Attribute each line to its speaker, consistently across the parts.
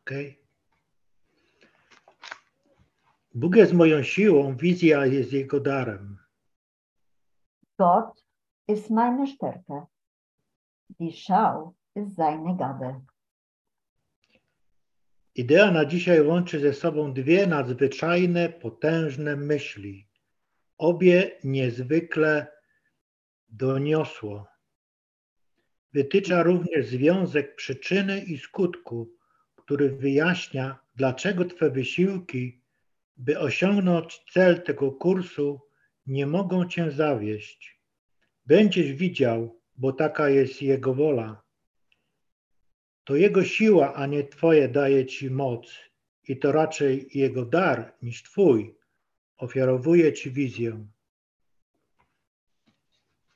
Speaker 1: Okay. Bóg jest moją siłą, wizja jest jego darem.
Speaker 2: Gott ist meine Stärke. Die Schau ist seine Gabe.
Speaker 1: Idea na dzisiaj łączy ze sobą dwie nadzwyczajne, potężne myśli. Obie niezwykle doniosło. Wytycza również związek przyczyny i skutku, który wyjaśnia, dlaczego Twe wysiłki, by osiągnąć cel tego kursu, nie mogą Cię zawieść. Będziesz widział, bo taka jest Jego wola. To Jego siła, a nie Twoje daje Ci moc i to raczej Jego dar niż Twój ofiarowuje Ci wizję.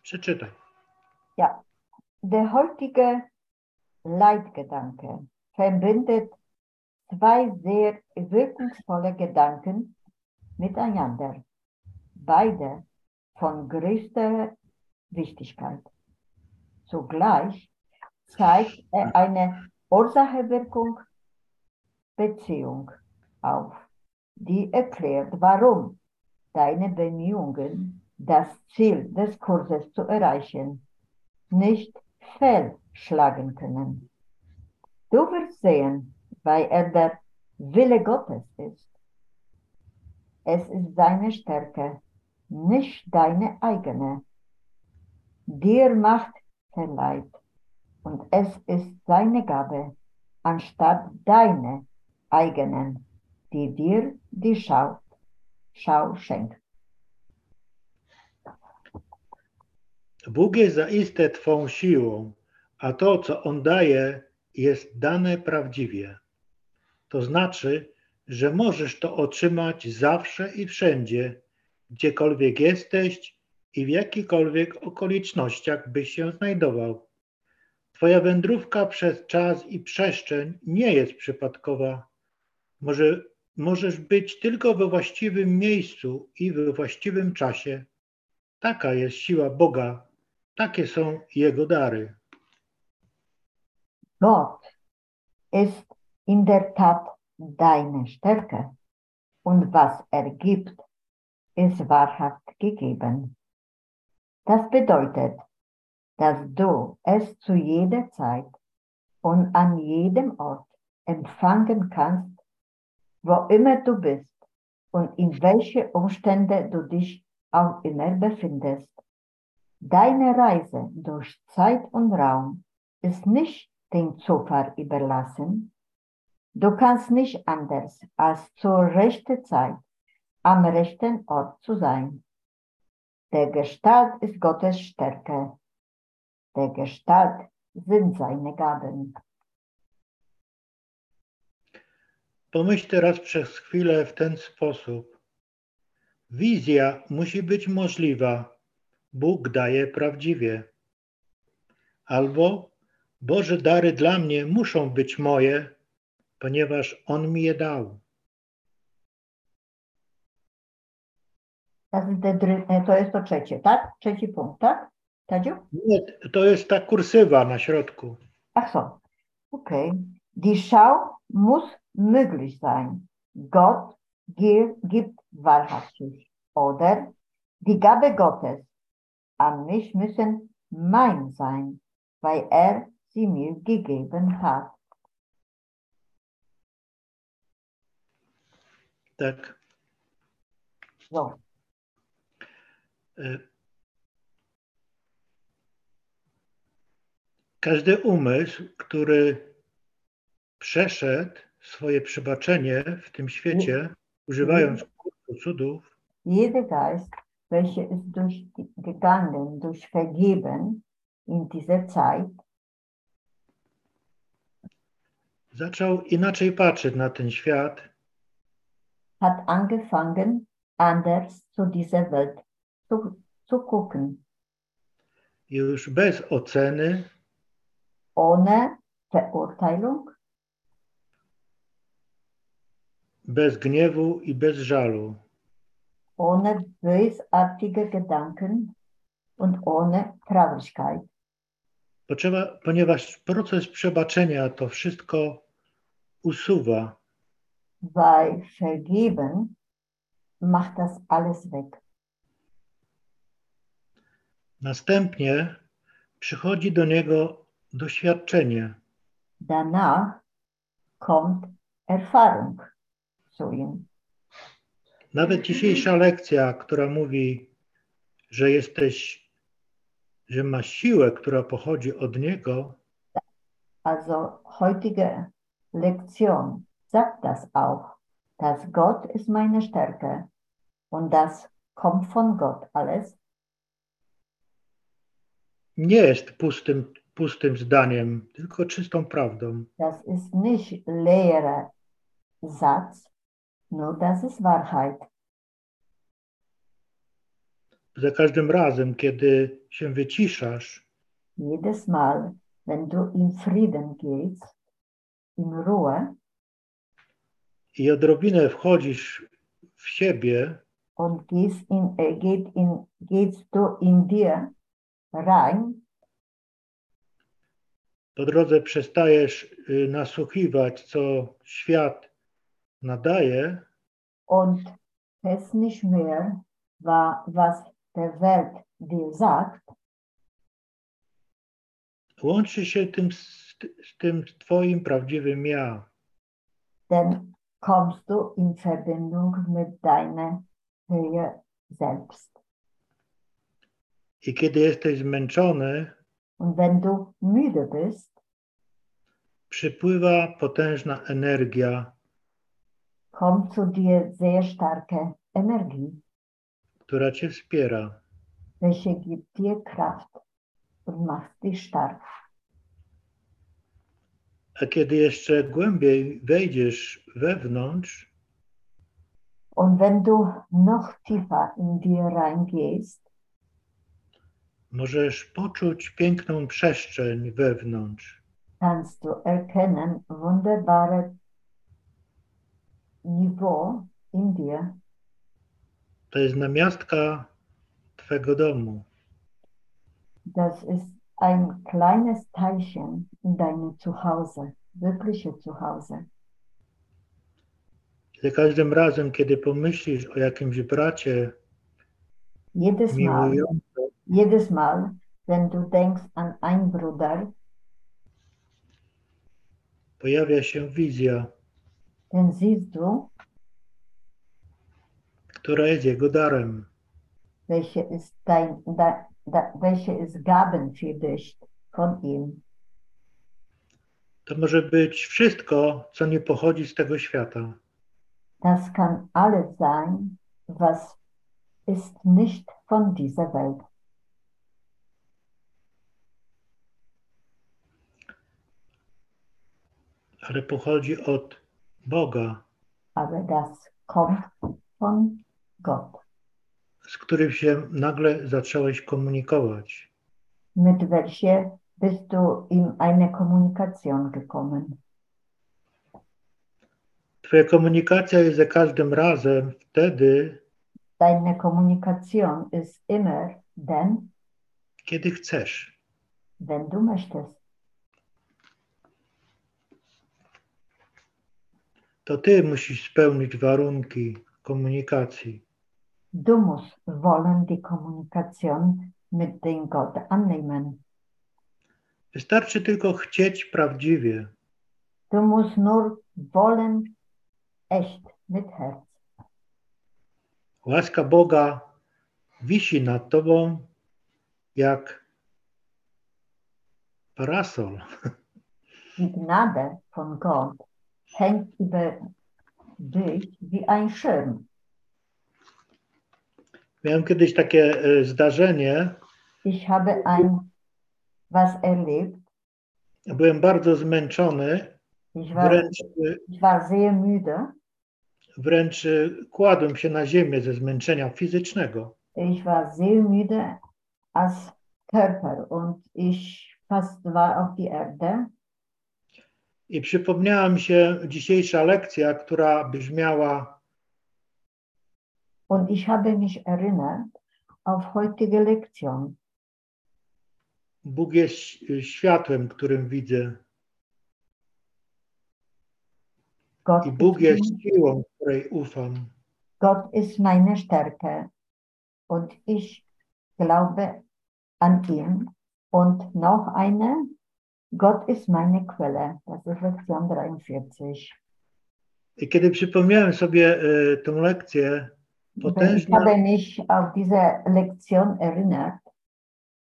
Speaker 1: Przeczytaj.
Speaker 2: Ja, der heutige Leitgedanke verbindet zwei sehr wirkungsvolle Gedanken miteinander, beide von größter Wichtigkeit. Zugleich zeigt er eine Ursache-Wirkung-Beziehung auf, die erklärt, warum deine Bemühungen, das Ziel des Kurses zu erreichen, nicht fehlschlagen können. Du wirst sehen, weil er der Wille Gottes ist. Es ist seine Stärke, nicht deine eigene. Dir macht verleiht und es ist seine Gabe, anstatt deine eigenen, die dir die Schau, Schau schenkt.
Speaker 1: Bóg jest zaiste Twą siłą, a to, co On daje, jest dane prawdziwie. To znaczy, że możesz to otrzymać zawsze i wszędzie, gdziekolwiek jesteś i w jakichkolwiek okolicznościach byś się znajdował. Twoja wędrówka przez czas i przestrzeń nie jest przypadkowa. Może, możesz być tylko we właściwym miejscu i we właściwym czasie. Taka jest siła Boga, takie są Jego dary.
Speaker 2: Gott ist in der Tat deine Stärke und was er gibt, ist wahrhaft gegeben. Das bedeutet, dass du es zu jeder Zeit und an jedem Ort empfangen kannst, wo immer du bist und in welche Umstände du dich auch immer befindest. Deine Reise durch Zeit und Raum ist nicht dem Zufall überlassen. Du kannst nicht anders als zur rechten Zeit am rechten Ort zu sein. Der Gestalt ist Gottes Stärke der Gestalt sind seine Gaben.
Speaker 1: Pomyśl teraz przez chwilę w ten sposób. Wizja musi być możliwa. Bóg daje prawdziwie. Albo Boże dary dla mnie muszą być moje, ponieważ On mi je dał.
Speaker 2: To jest to trzecie, tak? Trzeci punkt, tak? Tadziu?
Speaker 1: Nie, to jest ta kursywa na środku.
Speaker 2: Ach so. Okay. Die Schau muss möglich sein. Gott gibt wahrhaftig. Oder die Gabe Gottes an mich müssen mein sein, weil er sie mir gegeben hat.
Speaker 1: Tak.
Speaker 2: So.
Speaker 1: Y Każdy umysł, który przeszedł swoje przebaczenie w tym świecie, używając kursu cudów,
Speaker 2: Jeder Geist, welcher ist durchgegangen, durch Vergeben in dieser Zeit,
Speaker 1: zaczął inaczej patrzeć na ten świat,
Speaker 2: hat angefangen, anders zu dieser Welt zu, zu gucken,
Speaker 1: już bez oceny,
Speaker 2: ohne Verurteilung,
Speaker 1: bez gniewu i bez żalu.
Speaker 2: ohne bösartige Gedanken und ohne Traurigkeit.
Speaker 1: Potrzeba, ponieważ proces przebaczenia to wszystko usuwa,
Speaker 2: weil vergeben macht das alles weg.
Speaker 1: następnie przychodzi do niego doświadczenie.
Speaker 2: Danach kommt Erfahrung zu ihm.
Speaker 1: Nawet dzisiejsza lekcja, która mówi, że jesteś, że masz siłę, która pochodzi od niego,
Speaker 2: Also heutige Lektion sagt das auch, dass Gott ist meine Stärke und das kommt von Gott alles.
Speaker 1: nie jest pustym, pustym zdaniem, tylko czystą prawdą.
Speaker 2: Das ist nicht leerer Satz, nur das ist Wahrheit.
Speaker 1: Za każdym razem, kiedy się wyciszasz,
Speaker 2: Jedes Mal, wenn du in Frieden gehst, in Ruhe
Speaker 1: i odrobinę wchodzisz w siebie,
Speaker 2: und gehst in, äh, geht in, gehst du in dir rein,
Speaker 1: po drodze przestajesz y, nasłuchiwać, co świat nadaje,
Speaker 2: und hörst nicht mehr, wa- was der Welt dir sagt,
Speaker 1: łączy się tym z, z tym twoim prawdziwym ja.
Speaker 2: dann kommst du in Verbindung mit deiner Höhe selbst.
Speaker 1: I kiedy jesteś zmęczony,
Speaker 2: Und wenn du müde bist,
Speaker 1: przypływa potężna energia,
Speaker 2: kommt zu dir sehr starke Energie,
Speaker 1: która cię wspiera.
Speaker 2: welche gibt dir Kraft und macht dich stark.
Speaker 1: A kiedy jeszcze głębiej wejdziesz wewnątrz,
Speaker 2: Und wenn du noch tiefer in dir reingehst,
Speaker 1: możesz poczuć piękną przestrzeń wewnątrz.
Speaker 2: kannst du erkennen wunderbare Niveau in dir.
Speaker 1: To jest namiastka Twego domu.
Speaker 2: Das ist ein kleines Teilchen in deinem Zuhause, wirkliche Zuhause.
Speaker 1: Za każdym razem, kiedy pomyślisz o jakimś bracie
Speaker 2: Jedes Mal,
Speaker 1: miłującym,
Speaker 2: jedes Mal, wenn du denkst an einen Bruder,
Speaker 1: pojawia się wizja,
Speaker 2: dann siehst du,
Speaker 1: która jest jego darem.
Speaker 2: welche ist dein, da, da, welche ist Gaben für dich von ihm.
Speaker 1: To może być wszystko, co nie pochodzi z tego świata.
Speaker 2: Das kann alles sein, was ist nicht von dieser Welt.
Speaker 1: ale pochodzi od Boga,
Speaker 2: aber das kommt von Gott,
Speaker 1: z którym się nagle zacząłeś komunikować.
Speaker 2: mit welcher bist du in eine Kommunikation gekommen.
Speaker 1: Twoja komunikacja jest za każdym razem wtedy,
Speaker 2: Deine Kommunikation ist immer dann,
Speaker 1: kiedy chcesz.
Speaker 2: wenn du möchtest.
Speaker 1: To ty musisz spełnić warunki komunikacji.
Speaker 2: Du musst wollen die Kommunikation mit dem Gott annehmen.
Speaker 1: Wystarczy tylko chcieć prawdziwie.
Speaker 2: Du musst nur wollen, echt mit Herz.
Speaker 1: Łaska Boga wisi nad tobą jak parasol.
Speaker 2: Die Gnade von Gott hängt über dich wie ein Schirm.
Speaker 1: Miałem kiedyś takie e, zdarzenie.
Speaker 2: Ich habe ein was erlebt.
Speaker 1: Byłem bardzo zmęczony,
Speaker 2: Ich war,
Speaker 1: wręcz e,
Speaker 2: ich war sehr müde.
Speaker 1: Wręcz y, kładłem się na ziemię ze zmęczenia fizycznego.
Speaker 2: Ich war sehr müde als Körper und ich fast war auf die Erde.
Speaker 1: I przypomniała mi się dzisiejsza lekcja, która brzmiała:
Speaker 2: Und ich habe mich erinnert auf heutige Lektion.
Speaker 1: Bóg e, jest y, światłem, którym widzę.
Speaker 2: Gott
Speaker 1: I Bóg jest
Speaker 2: ist,
Speaker 1: siłą, której ufam.
Speaker 2: Gott ist meine Stärke und ich glaube an ihn. Und noch eine, Gott ist meine Quelle. Das ist Lektion 43.
Speaker 1: I kiedy przypomniałem sobie e, tą lekcję,
Speaker 2: Ich
Speaker 1: potężna,
Speaker 2: habe mich auf diese Lektion erinnert.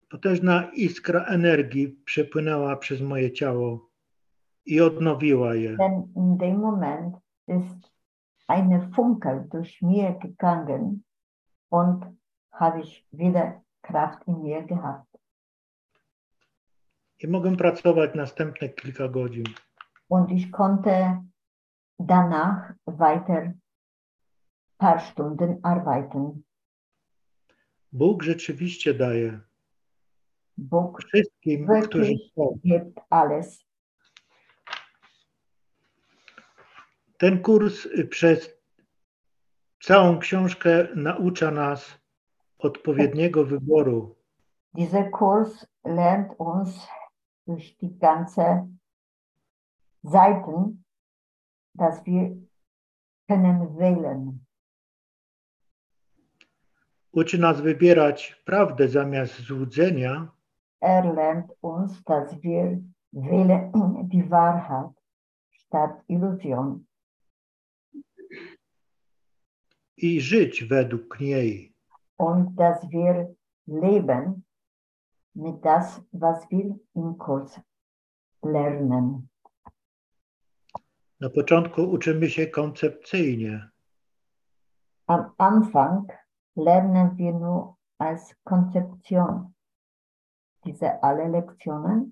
Speaker 1: potężna iskra energii przepłynęła przez moje ciało i odnowiła je.
Speaker 2: Denn in dem Moment ist eine Funke durch mir gegangen und habe ich wieder Kraft in mir gehabt.
Speaker 1: I mogłem pracować następne kilka godzin.
Speaker 2: Und ich konnte danach weiter ein paar Stunden arbeiten.
Speaker 1: Bóg rzeczywiście daje
Speaker 2: Bóg
Speaker 1: wszystkim,
Speaker 2: Wielki.
Speaker 1: którzy chcą.
Speaker 2: gibt alles.
Speaker 1: Ten kurs y, przez całą książkę naucza nas odpowiedniego wyboru
Speaker 2: Dieser Kurs lernt uns durch die ganze Seiten, dass wir können wählen.
Speaker 1: Uczy nas wybierać prawdę zamiast złudzenia
Speaker 2: Er lernt uns, dass wir wählen die Wahrheit statt Illusion
Speaker 1: i żyć według niej.
Speaker 2: und dass wir leben mit das, was wir im Kurs lernen.
Speaker 1: Na początku uczymy się koncepcyjnie,
Speaker 2: Am Anfang lernen wir nur als Konzeption diese alle Lektionen,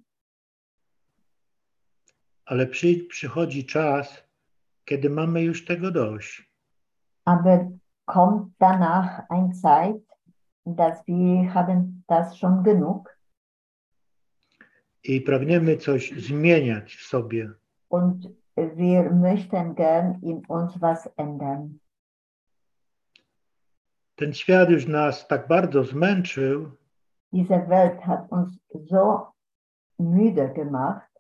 Speaker 1: ale przy, przychodzi czas, kiedy mamy już tego dość.
Speaker 2: aber kommt danach ein Zeit, dass wir haben das schon genug
Speaker 1: I pragniemy coś zmieniać w sobie.
Speaker 2: und wir möchten gern in uns was ändern.
Speaker 1: Ten świat już nas tak bardzo zmęczył,
Speaker 2: Diese Welt hat uns so müde gemacht,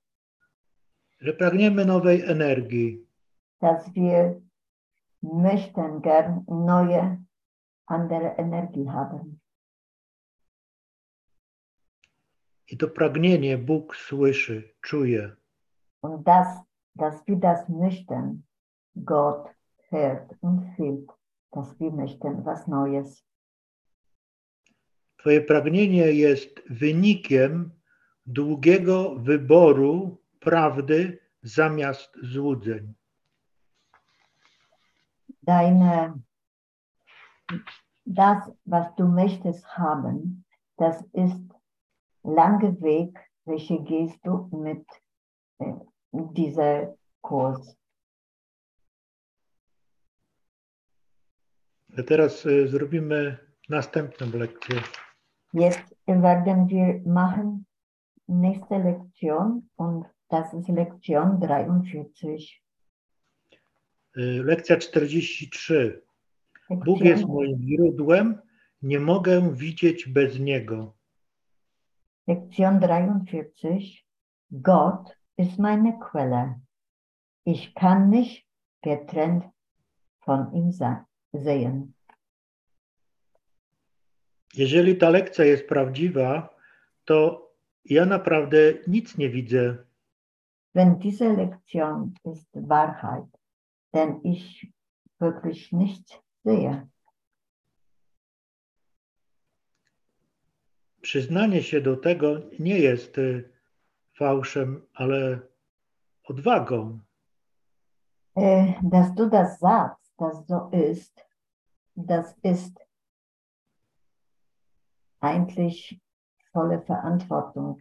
Speaker 1: że pragniemy nowej energii.
Speaker 2: dass wir möchten gern neue, andere Energie haben.
Speaker 1: I to pragnienie Bóg słyszy, czuje.
Speaker 2: Und das, dass wir das möchten, Gott hört und fühlt, dass wir möchten was Neues.
Speaker 1: Twoje pragnienie jest wynikiem długiego wyboru prawdy zamiast złudzeń.
Speaker 2: Deine, das, was du möchtest haben, das ist lange Weg, welche gehst du mit äh, dieser Kurs.
Speaker 1: A teraz y, zrobimy następną lekcję. E,
Speaker 2: Jetzt werden wir machen nächste Lektion und das ist Lektion 43.
Speaker 1: Y, Lekcja 43. Bóg jest
Speaker 2: Lektion,
Speaker 1: moim źródłem, nie mogę widzieć bez Niego.
Speaker 2: Lektion 43. Gott ist meine Quelle. Ich kann nicht getrennt von ihm sein, sehen.
Speaker 1: Jeżeli ta lekcja jest prawdziwa, to ja naprawdę nic nie widzę.
Speaker 2: Wenn diese Lektion ist Wahrheit, denn ich wirklich nicht sehe.
Speaker 1: Przyznanie się do tego nie jest y, fałszem, ale odwagą.
Speaker 2: Äh, dass du das sagst, dass so ist, das ist eigentlich volle Verantwortung,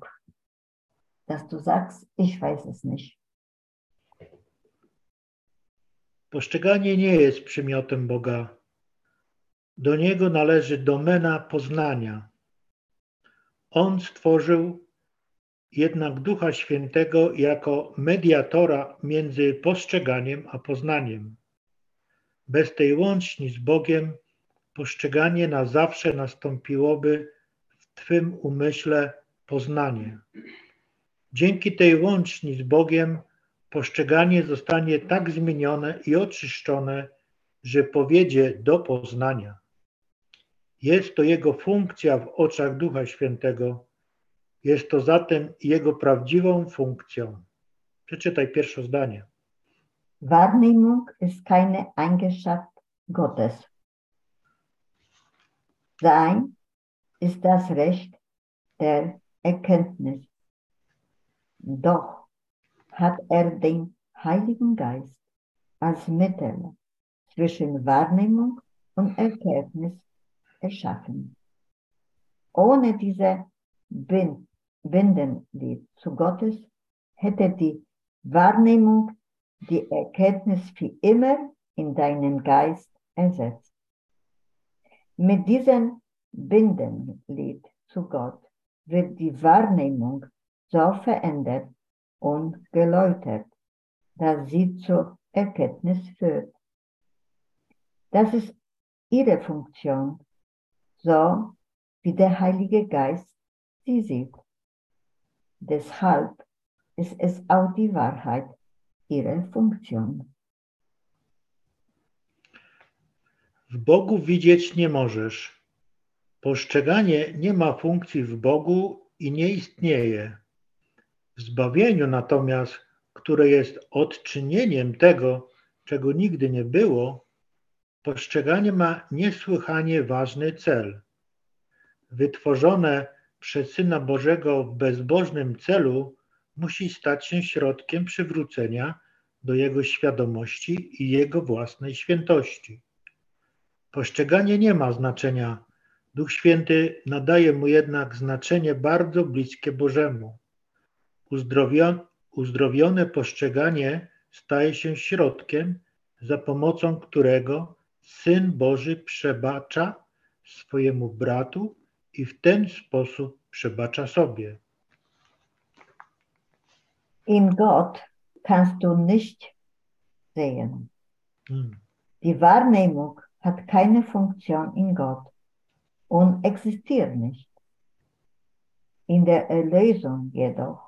Speaker 2: dass du sagst, ich weiß es nicht.
Speaker 1: Postrzeganie nie jest przymiotem Boga. Do Niego należy domena poznania. On stworzył jednak Ducha Świętego jako mediatora między postrzeganiem a poznaniem. Bez tej łączni z Bogiem postrzeganie na zawsze nastąpiłoby w Twym umyśle poznanie. Dzięki tej łączni z Bogiem postrzeganie zostanie tak zmienione i oczyszczone, że powiedzie do poznania. Jest to jego funkcja w oczach Ducha Świętego. Jest to zatem jego prawdziwą funkcją. Przeczytaj pierwsze zdanie.
Speaker 2: Wahrnehmung ist keine Eigenschaft Gottes. Sein ist das Recht der Erkenntnis. Doch hat er den Heiligen Geist als Mittel zwischen Wahrnehmung und Erkenntnis erschaffen. Ohne diese Bind Binden die zu Gottes hätte die Wahrnehmung die Erkenntnis für immer in deinen Geist ersetzt. Mit diesem Bindenlied zu Gott wird die Wahrnehmung so verändert und geläutert, dass sie zur Erkenntnis führt. Das ist ihre Funktion, so wie der Heilige Geist sie sieht. Deshalb ist es auch die Wahrheit ihrer Funktion.
Speaker 1: W Bogu widzieć nie możesz. Postrzeganie nie ma funkcji w Bogu i nie istnieje. W zbawieniu natomiast, które jest odczynieniem tego, czego nigdy nie było, postrzeganie ma niesłychanie ważny cel. Wytworzone przez Syna Bożego w bezbożnym celu musi stać się środkiem przywrócenia do Jego świadomości i Jego własnej świętości. Postrzeganie nie ma znaczenia. Duch Święty nadaje mu jednak znaczenie bardzo bliskie Bożemu. Uzdrowio- uzdrowione postrzeganie staje się środkiem, za pomocą którego Syn Boży przebacza swojemu bratu i w ten sposób przebacza sobie.
Speaker 2: In Gott kannst du nicht sehen.
Speaker 1: Hmm.
Speaker 2: Die Wahrnehmung hat keine Funktion in Gott und existiert nicht. In der Erlösung jedoch,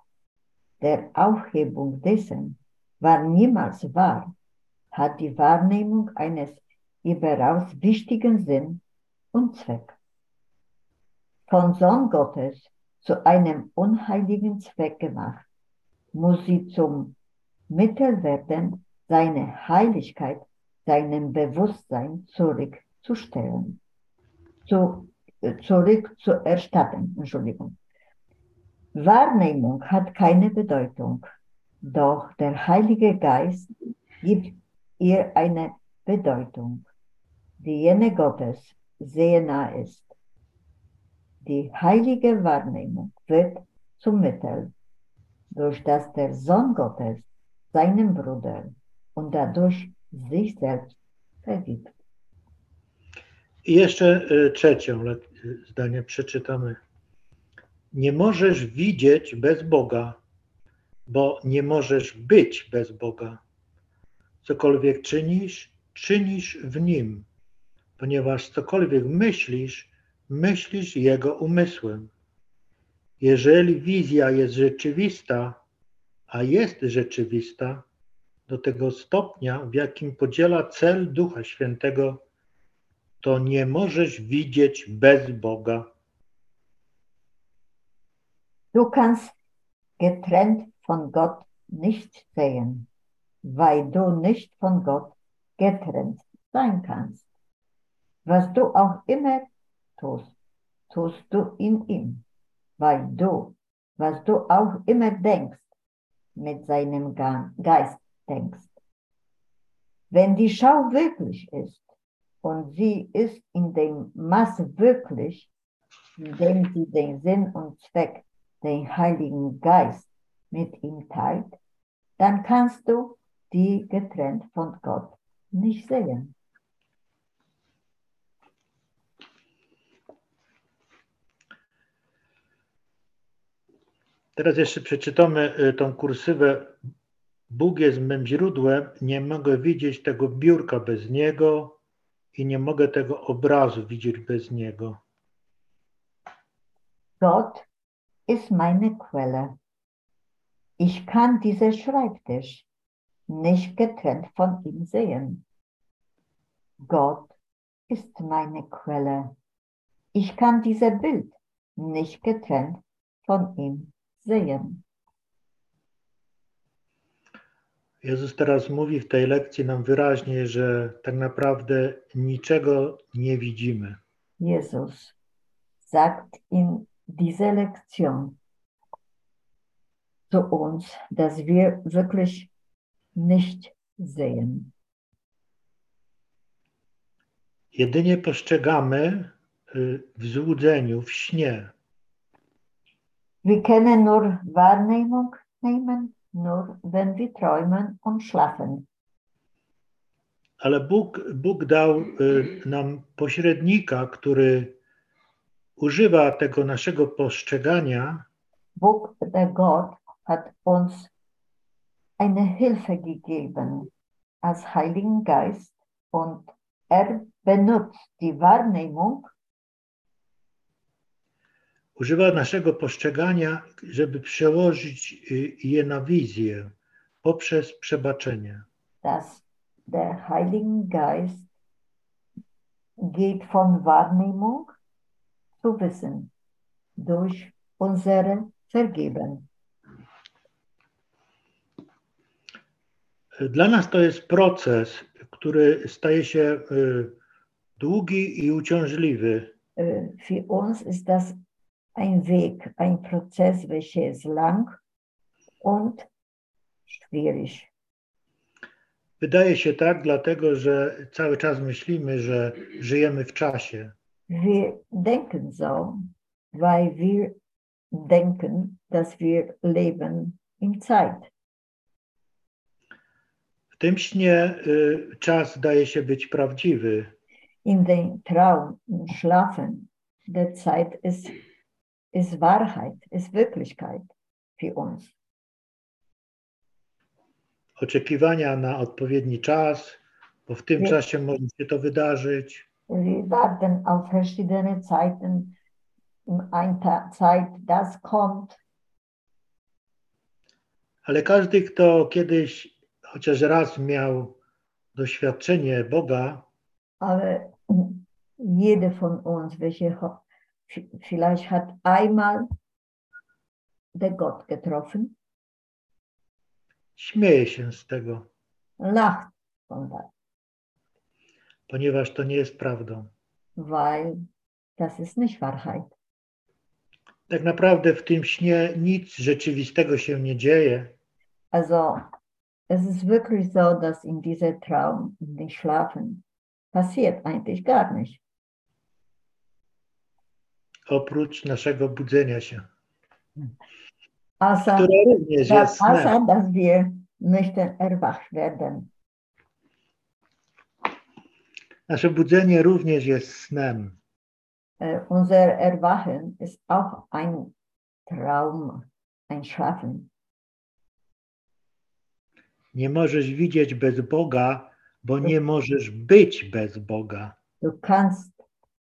Speaker 2: der Aufhebung dessen, war niemals wahr, hat die Wahrnehmung eines überaus wichtigen Sinn und Zweck. Von Sohn Gottes zu einem unheiligen Zweck gemacht, muss sie zum Mittel werden, seine Heiligkeit seinem Bewusstsein zurückzustellen, zu, äh, zurückzuerstatten. Entschuldigung. Wahrnehmung hat keine Bedeutung, doch der Heilige Geist gibt ihr eine Bedeutung, die jene Gottes sehr nah ist. Die heilige Wahrnehmung wird zum Mittel, durch das der Sohn Gottes seinem Bruder und dadurch sich selbst vergibt.
Speaker 1: I jeszcze y, trzecie le- y, zdanie przeczytamy. Nie możesz widzieć bez Boga, bo nie możesz być bez Boga. Cokolwiek czynisz, czynisz w Nim, ponieważ cokolwiek myślisz, myślisz Jego umysłem. Jeżeli wizja jest rzeczywista, a jest rzeczywista, do tego stopnia, w jakim podziela cel Ducha Świętego, to nie możesz widzieć bez Boga.
Speaker 2: Du kannst getrennt von Gott nicht sehen, weil du nicht von Gott getrennt sein kannst. Was du auch immer tust, tust du in ihm, weil du, was du auch immer denkst, mit seinem Ga- Geist denkst. Wenn die Schau wirklich ist und sie ist in dem Maße wirklich, in dem sie den Sinn und Zweck, den Heiligen Geist mit ihm teilt, dann kannst du die getrennt von Gott nicht sehen.
Speaker 1: Teraz jeszcze przeczytamy y, tą kursywę. Bóg jest mym źródłem, nie mogę widzieć tego biurka bez niego i nie mogę tego obrazu widzieć bez niego.
Speaker 2: Gott ist meine Quelle. Ich kann diesen Schreibtisch nicht getrennt von ihm sehen. Gott ist meine Quelle. Ich kann dieses Bild nicht getrennt von ihm sehen.
Speaker 1: Jezus teraz mówi w tej lekcji nam wyraźnie, że tak naprawdę niczego nie widzimy.
Speaker 2: Jesus sagt in dieser Lektion zu uns, dass wir wirklich nicht sehen.
Speaker 1: Jedynie postrzegamy y, w złudzeniu, w śnie.
Speaker 2: Wir können nur Wahrnehmung nehmen, nur wenn wir träumen und schlafen.
Speaker 1: Ale Bóg, Bóg dał y, nam pośrednika, który używa tego naszego postrzegania
Speaker 2: Bóg, der Gott, hat uns eine Hilfe gegeben als Heiligen Geist und er benutzt die Wahrnehmung,
Speaker 1: używa naszego postrzegania, żeby przełożyć y, je na wizję poprzez przebaczenie.
Speaker 2: dass der Heilige Geist geht von Wahrnehmung zu Wissen durch unsere Vergeben.
Speaker 1: Y, Dla nas to jest proces, który staje się y, długi i uciążliwy.
Speaker 2: Äh, Für uns ist das ein Weg, ein Prozess, welcher ist lang und schwierig.
Speaker 1: Wydaje się tak, dlatego że cały czas myślimy, że żyjemy w czasie.
Speaker 2: Wir denken so, weil wir denken, dass wir leben in Zeit.
Speaker 1: W tym śnie y, czas daje się być prawdziwy,
Speaker 2: In den Traum, im Schlafen der Zeit ist, ist Wahrheit, ist Wirklichkeit für uns.
Speaker 1: oczekiwania na odpowiedni czas, bo w tym
Speaker 2: Nie.
Speaker 1: czasie może się to wydarzyć.
Speaker 2: Wir warten auf verschiedene Zeiten. In einer Ta- Zeit, das kommt.
Speaker 1: Ale każdy, kto kiedyś chociaż raz miał doświadczenie Boga,
Speaker 2: Aber jeder von uns, welche ho- vi- vielleicht hat einmal der Gott getroffen,
Speaker 1: śmieje się z tego,
Speaker 2: lacht von das,
Speaker 1: ponieważ to nie jest prawdą.
Speaker 2: weil das ist nicht Wahrheit.
Speaker 1: Tak naprawdę w tym śnie nic rzeczywistego się nie dzieje.
Speaker 2: Also es ist wirklich so, dass in diesem Traum, in dem Schlafen, passiert eigentlich gar nicht,
Speaker 1: oprócz naszego budzenia się,
Speaker 2: außer,
Speaker 1: które również jest
Speaker 2: dass,
Speaker 1: snem.
Speaker 2: außer dass wir nüchtern erwacht werden.
Speaker 1: Nasze budzenie również jest snem.
Speaker 2: Äh, unser Erwachen ist auch ein Traum, ein Schlafen.
Speaker 1: Nie możesz widzieć bez Boga, bo nie możesz być bez Boga.
Speaker 2: Du kannst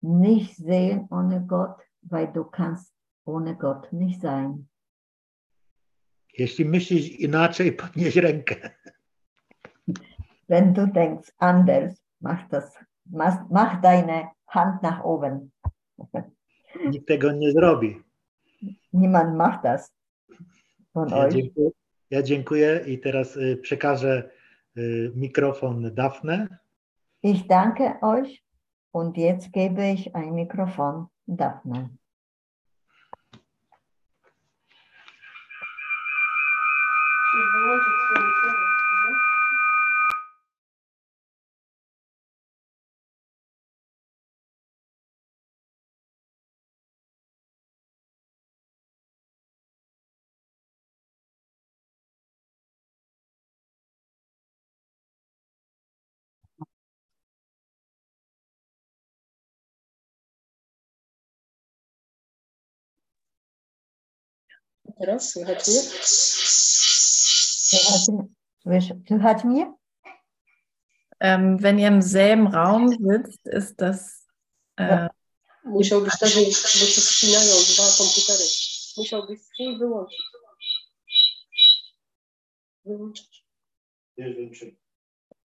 Speaker 2: nicht sehen ohne Gott, weil du kannst ohne Gott nicht sein.
Speaker 1: Jeśli myślisz inaczej, podnieś rękę.
Speaker 2: Wenn du denkst anders, mach das, mach, mach deine Hand nach oben.
Speaker 1: Nikt tego nie zrobi.
Speaker 2: Niemand macht das von
Speaker 1: Ja
Speaker 2: euch.
Speaker 1: dziękuję, ja dziękuję i teraz y, przekażę y, mikrofon Dafne.
Speaker 2: Ich danke euch und jetzt gebe ich ein Mikrofon Daphne.
Speaker 3: Musisz wyłączyć swoje mikrofon, dobrze? Teraz słychać mnie?
Speaker 2: Słychać- słysz- Słychać mnie?
Speaker 4: Ähm, wenn ihr im selben Raum sitzt, ist das. Äh,
Speaker 3: Musiałbyś tak wyjść, bo się spinają dwa komputery. Musiałbyś swój wyłączyć. Wyłączyć.
Speaker 1: sobie życzymy.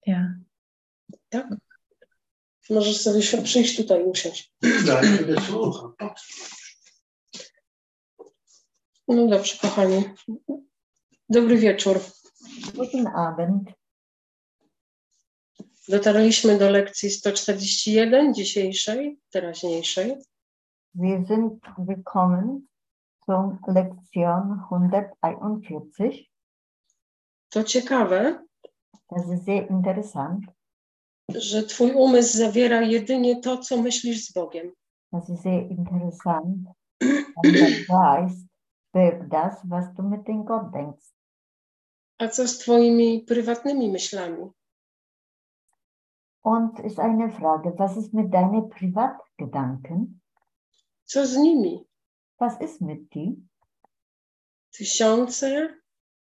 Speaker 4: Ja.
Speaker 3: Możesz sobie się przyjść tutaj usiąść.
Speaker 1: Ja Ciebie słucham.
Speaker 3: No dobrze, kochani. Dobry wieczór.
Speaker 2: Guten Abend.
Speaker 3: Dotarliśmy do lekcji 141 dzisiejszej, teraźniejszej.
Speaker 2: Wir sind gekommen zum Lektion 141.
Speaker 3: To ciekawe,
Speaker 2: Das ist sehr interessant.
Speaker 3: że Twój umysł zawiera jedynie to, co myślisz z Bogiem.
Speaker 2: Das ist sehr interessant. Und dein Geist wirkt das, was du mit dem Gott denkst.
Speaker 3: A co z Twoimi prywatnymi myślami?
Speaker 2: Und ist eine Frage, was ist mit deinen Privatgedanken?
Speaker 3: Co z nimi?
Speaker 2: Was ist mit die?
Speaker 3: Tysiące,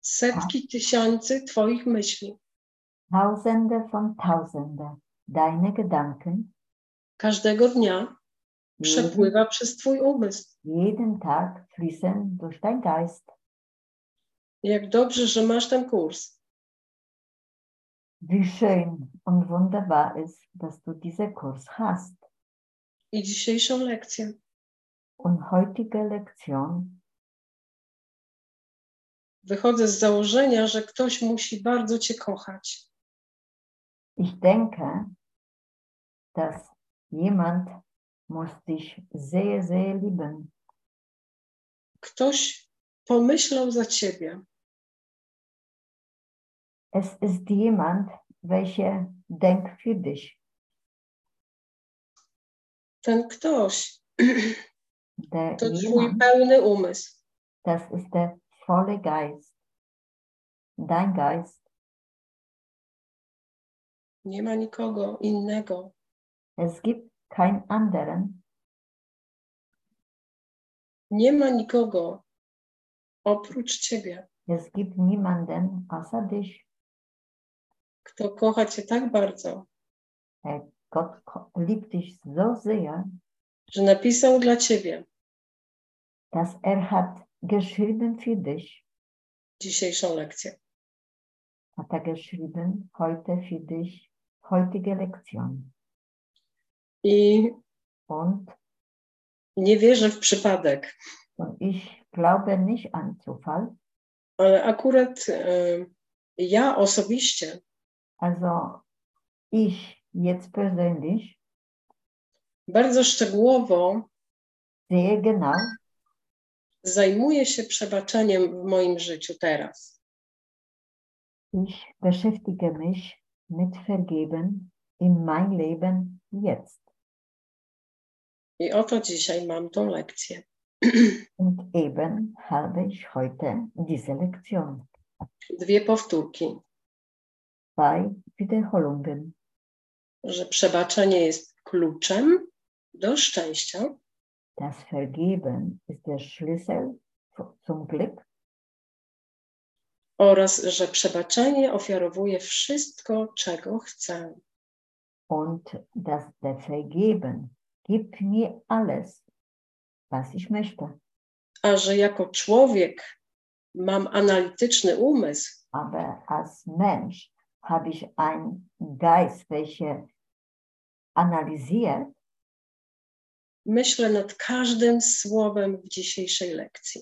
Speaker 3: setki tysięcy Twoich myśli.
Speaker 2: Tausende von Tausende. Deine Gedanken
Speaker 3: Każdego dnia
Speaker 2: jeden,
Speaker 3: przepływa przez Twój umysł.
Speaker 2: jeden Tag fließen durch dein Geist.
Speaker 3: Jak dobrze, że masz ten kurs.
Speaker 2: Wie schön und wunderbar ist, dass du diesen Kurs hast.
Speaker 3: I dzisiejszą lekcję.
Speaker 2: Und heutige Lektion,
Speaker 3: Wychodzę z założenia, że ktoś musi bardzo Cię kochać.
Speaker 2: ich denke, dass jemand muss dich sehr, sehr lieben.
Speaker 3: Ktoś pomyślał za Ciebie.
Speaker 2: Es ist jemand, welcher denkt für dich.
Speaker 3: Ten ktoś
Speaker 2: Der
Speaker 3: to Twój
Speaker 2: jemand,
Speaker 3: pełny umysł.
Speaker 2: das ist der volle Geist. Dein Geist.
Speaker 3: Nie ma nikogo innego.
Speaker 2: Es gibt keinen anderen.
Speaker 3: Nie ma nikogo oprócz Ciebie,
Speaker 2: Es gibt niemanden außer dich.
Speaker 3: kto kocha Cię tak bardzo,
Speaker 2: Gott ko- liebt dich so sehr,
Speaker 3: że napisał dla Ciebie
Speaker 2: dass er hat geschrieben für dich,
Speaker 3: dzisiejszą lekcję.
Speaker 2: hat er geschrieben heute für dich, heutige Lektion.
Speaker 3: I
Speaker 2: Und,
Speaker 3: nie wierzę w przypadek,
Speaker 2: und ich glaube nicht an Zufall.
Speaker 3: ale akurat y, ja osobiście
Speaker 2: Also ich jetzt persönlich
Speaker 3: bardzo szczegółowo
Speaker 2: sehe genau,
Speaker 3: zajmuję się przebaczeniem w moim życiu teraz.
Speaker 2: ich beschäftige mich mit Vergeben in mein Leben jetzt.
Speaker 3: I oto dzisiaj mam tą lekcję.
Speaker 2: Und eben habe ich heute diese Lektion.
Speaker 3: Dwie powtórki,
Speaker 2: Zwei Wiederholungen.
Speaker 3: że przebaczenie jest kluczem do szczęścia.
Speaker 2: Das Vergeben ist der Schlüssel zu- zum Glück
Speaker 3: oraz że przebaczenie ofiarowuje wszystko, czego chcę.
Speaker 2: und das der Vergeben gibt mir alles, was ich möchte.
Speaker 3: A że jako człowiek mam analityczny umysł,
Speaker 2: Aber als Mensch habe ich einen Geist, welcher analysiert.
Speaker 3: myślę nad każdym słowem w dzisiejszej lekcji.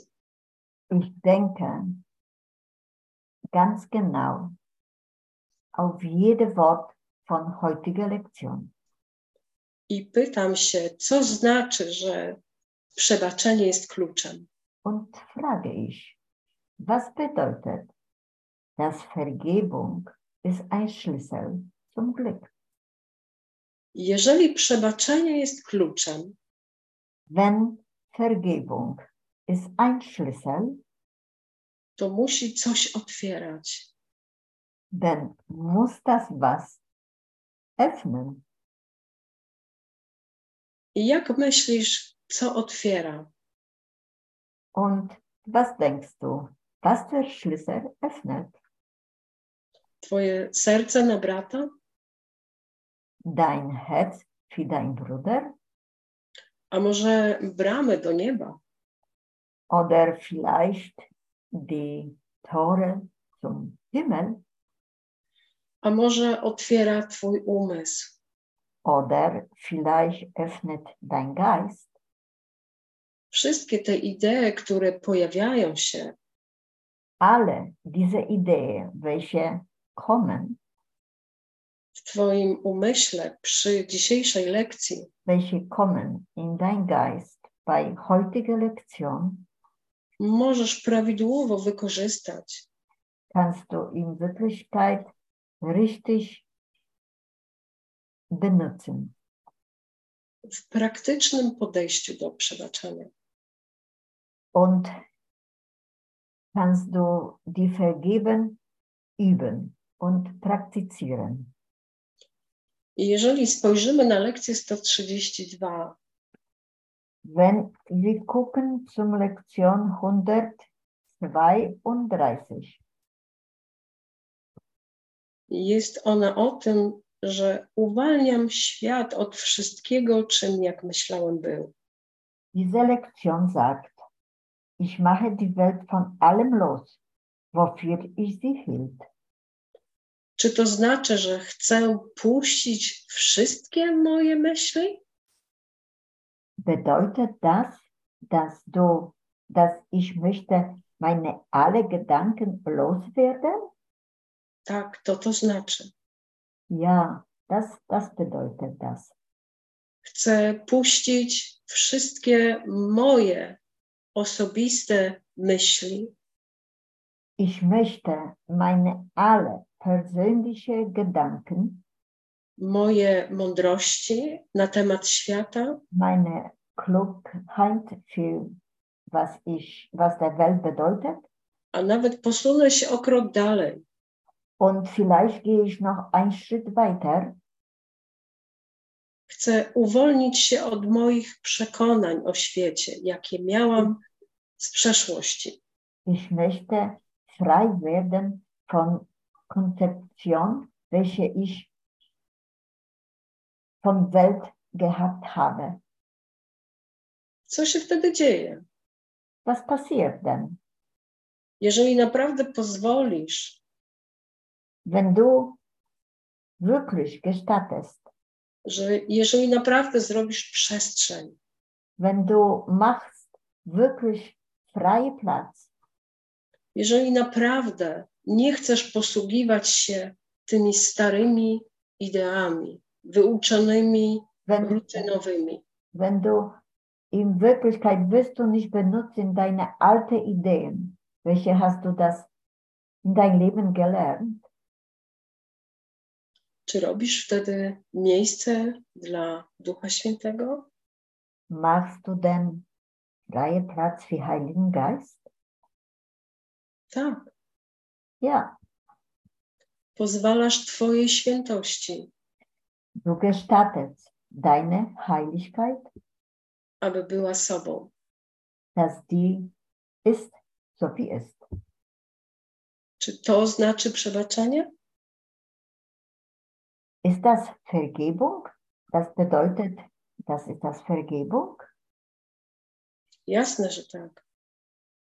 Speaker 2: Ich denke ganz genau auf jedes Wort von heutiger Lektion.
Speaker 3: I pytam się, co znaczy, że przebaczenie jest kluczem.
Speaker 2: Und frage ich, was bedeutet, dass Vergebung ist ein Schlüssel zum Glück?
Speaker 3: Jeżeli przebaczenie jest kluczem,
Speaker 2: Wenn Vergebung ist ein Schlüssel,
Speaker 3: to musi coś otwierać.
Speaker 2: dann muss das was öffnen.
Speaker 3: I jak myślisz, co otwiera?
Speaker 2: Und was denkst du, was der Schlüssel öffnet?
Speaker 3: Twoje serce na brata?
Speaker 2: Dein Herz für deinen Bruder
Speaker 3: A może bramy do nieba?
Speaker 2: oder vielleicht die Tore zum Himmel?
Speaker 3: a może otwiera Twój umysł.
Speaker 2: oder vielleicht öffnet dein Geist
Speaker 3: Wszystkie te idee, które pojawiają się,
Speaker 2: alle diese Ideen, welche kommen,
Speaker 3: w Twoim umyśle przy dzisiejszej lekcji
Speaker 2: welche kommen in dein Geist bei heutiger Lektion,
Speaker 3: możesz prawidłowo wykorzystać.
Speaker 2: kannst du in Wirklichkeit richtig benutzen.
Speaker 3: w praktycznym podejściu do przebaczenia.
Speaker 2: Und kannst du die Vergeben üben und praktizieren.
Speaker 3: I jeżeli spojrzymy na lekcję 132,
Speaker 2: Wenn wir gucken zum Lektion 132,
Speaker 3: jest ona o tym, że uwalniam świat od wszystkiego, czym jak myślałem był.
Speaker 2: Diese Lektion sagt, ich mache die Welt von allem los, wofür ich sie hielt.
Speaker 3: Czy to znaczy, że chcę puścić wszystkie moje myśli?
Speaker 2: Bedeutet das, dass du, dass ich möchte meine alle Gedanken loswerden?
Speaker 3: Tak, to to znaczy.
Speaker 2: Ja, das, das bedeutet das.
Speaker 3: Chcę puścić wszystkie moje osobiste myśli
Speaker 2: Ich möchte meine alle persönliche Gedanken,
Speaker 3: moje mądrości na temat świata,
Speaker 2: meine Klugheit für was ich, was der Welt bedeutet.
Speaker 3: a nawet posunę się o krok dalej.
Speaker 2: Und vielleicht gehe ich noch einen Schritt weiter
Speaker 3: Chcę uwolnić się od moich przekonań o świecie, jakie miałam z przeszłości.
Speaker 2: Ich möchte frei werden von Konzeption, welche ich von Welt gehabt habe.
Speaker 3: Co się wtedy dzieje?
Speaker 2: Was passiert denn,
Speaker 3: Jeżeli naprawdę pozwolisz,
Speaker 2: wenn du wirklich gestattest,
Speaker 3: że jeżeli naprawdę zrobisz przestrzeń,
Speaker 2: wenn du machst wirklich freie Platz,
Speaker 3: jeżeli naprawdę nie chcesz posługiwać się tymi starymi ideami, wyuczonymi,
Speaker 2: wenn,
Speaker 3: rutynowymi,
Speaker 2: wenn du in Wirklichkeit wirst du nicht benutzen deine alte Ideen, welche hast du das in dein Leben gelernt?
Speaker 3: czy robisz wtedy miejsce dla Ducha Świętego?
Speaker 2: Machst du denn freie Platz für Heiligen Geist?
Speaker 3: Tak.
Speaker 2: Ja,
Speaker 3: Pozwalasz Twojej świętości,
Speaker 2: du gestattest deine Heiligkeit,
Speaker 3: aby była sobą.
Speaker 2: dass die ist, so wie ist.
Speaker 3: Czy to znaczy przebaczenie?
Speaker 2: Ist das Vergebung? Das bedeutet, das ist das Vergebung?
Speaker 3: Jasne, że tak.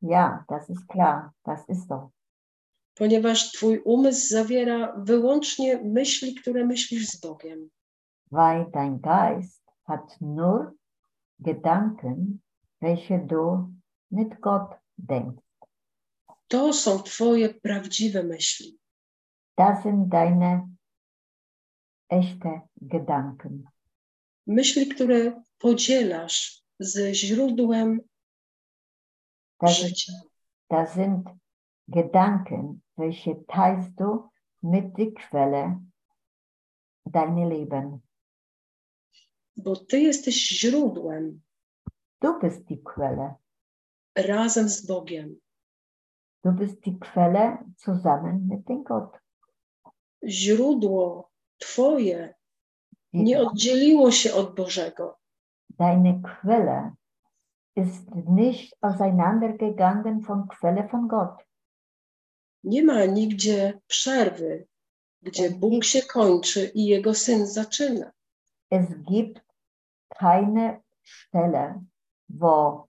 Speaker 2: Ja, das ist klar, das ist so.
Speaker 3: Ponieważ Twój umysł zawiera wyłącznie myśli, które myślisz z Bogiem.
Speaker 2: Weil dein Geist hat nur Gedanken, welche du mit Gott denkst.
Speaker 3: To są Twoje prawdziwe myśli.
Speaker 2: Das sind deine echte Gedanken.
Speaker 3: Myśli, które podzielasz ze źródłem
Speaker 2: Das, ist-
Speaker 3: życia.
Speaker 2: das sind Gedanken, welche teilst du mit der Quelle deines Lebens.
Speaker 3: Bo Ty jesteś źródłem
Speaker 2: Du bist die Quelle.
Speaker 3: razem z Bogiem.
Speaker 2: Du bist die Quelle zusammen mit dem Gott.
Speaker 3: Źródło Twoje
Speaker 2: Die,
Speaker 3: nie oddzieliło się od Bożego.
Speaker 2: Deine Quelle ist nicht auseinandergegangen von Quelle von Gott.
Speaker 3: Nie ma nigdzie przerwy, gdzie Bóg się kończy i jego syn zaczyna.
Speaker 2: Es gibt keine Stelle, wo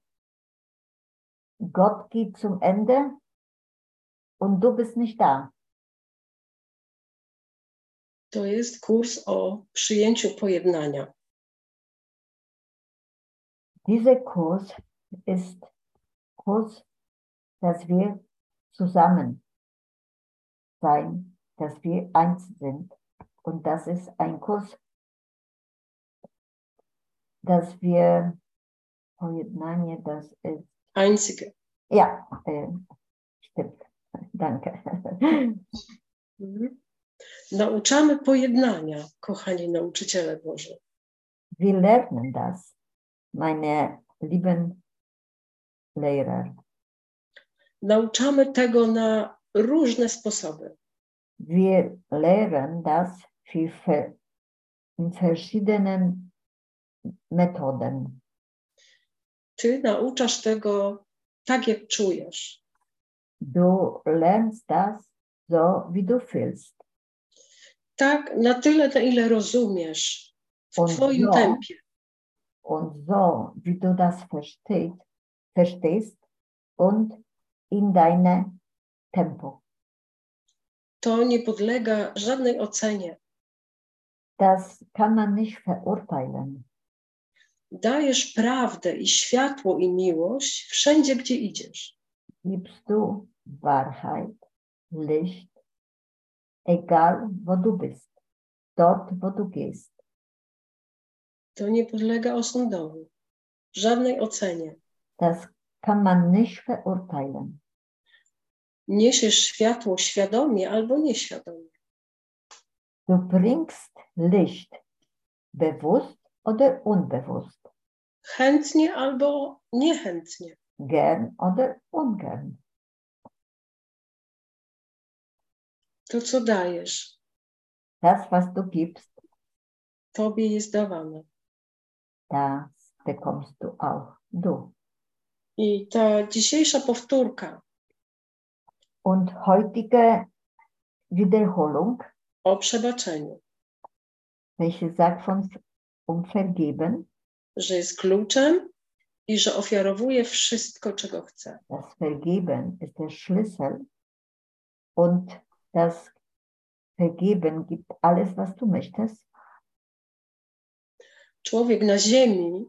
Speaker 2: Gott geht zum Ende und du bist nicht da.
Speaker 3: To jest kurs o przyjęciu pojednania.
Speaker 2: Dieser Kurs ist Kurs, dass wir zusammen sein, dass wir eins sind. Und das ist ein Kurs, dass wir oh, Pojednanie, das ist,
Speaker 3: Einzige.
Speaker 2: ja, äh, stimmt. Danke.
Speaker 3: Mhm. Nauczamy pojednania, kochani nauczyciele Boży.
Speaker 2: Wir lernen das, meine lieben Lehrer.
Speaker 3: Nauczamy tego na różne sposoby.
Speaker 2: Wir lernen das für, ver- in verschiedenen Methoden.
Speaker 3: Ty nauczasz tego tak, jak czujesz.
Speaker 2: Du lernst das so, wie du fühlst.
Speaker 3: Tak, na tyle, na ile rozumiesz w
Speaker 2: On
Speaker 3: Twoim
Speaker 2: zna.
Speaker 3: tempie.
Speaker 2: Und so, wie du das versteht, verstehst und in deinem Tempo.
Speaker 3: To nie podlega żadnej ocenie.
Speaker 2: Das kann man nicht verurteilen.
Speaker 3: Dajesz prawdę i światło i miłość wszędzie, gdzie idziesz.
Speaker 2: Gibst du Wahrheit, Licht, egal wo du bist, dort wo du gehst.
Speaker 3: To nie podlega osądowi, żadnej ocenie.
Speaker 2: Das kann man nicht verurteilen.
Speaker 3: Niesiesz światło świadomie albo nieświadomie.
Speaker 2: Du bringst Licht, bewusst oder unbewusst,
Speaker 3: Chętnie albo niechętnie.
Speaker 2: gern oder ungern.
Speaker 3: To, co dajesz,
Speaker 2: Das, was du gibst,
Speaker 3: Tobie jest dawane.
Speaker 2: das bekommst du auch du.
Speaker 3: I ta dzisiejsza powtórka
Speaker 2: Und heutige Wiederholung,
Speaker 3: o przebaczeniu,
Speaker 2: welche sagt von um Vergeben,
Speaker 3: że jest kluczem i że ofiarowuje wszystko, czego chce.
Speaker 2: das Vergeben ist der Schlüssel und das Vergeben gibt alles, was du möchtest.
Speaker 3: Człowiek na ziemi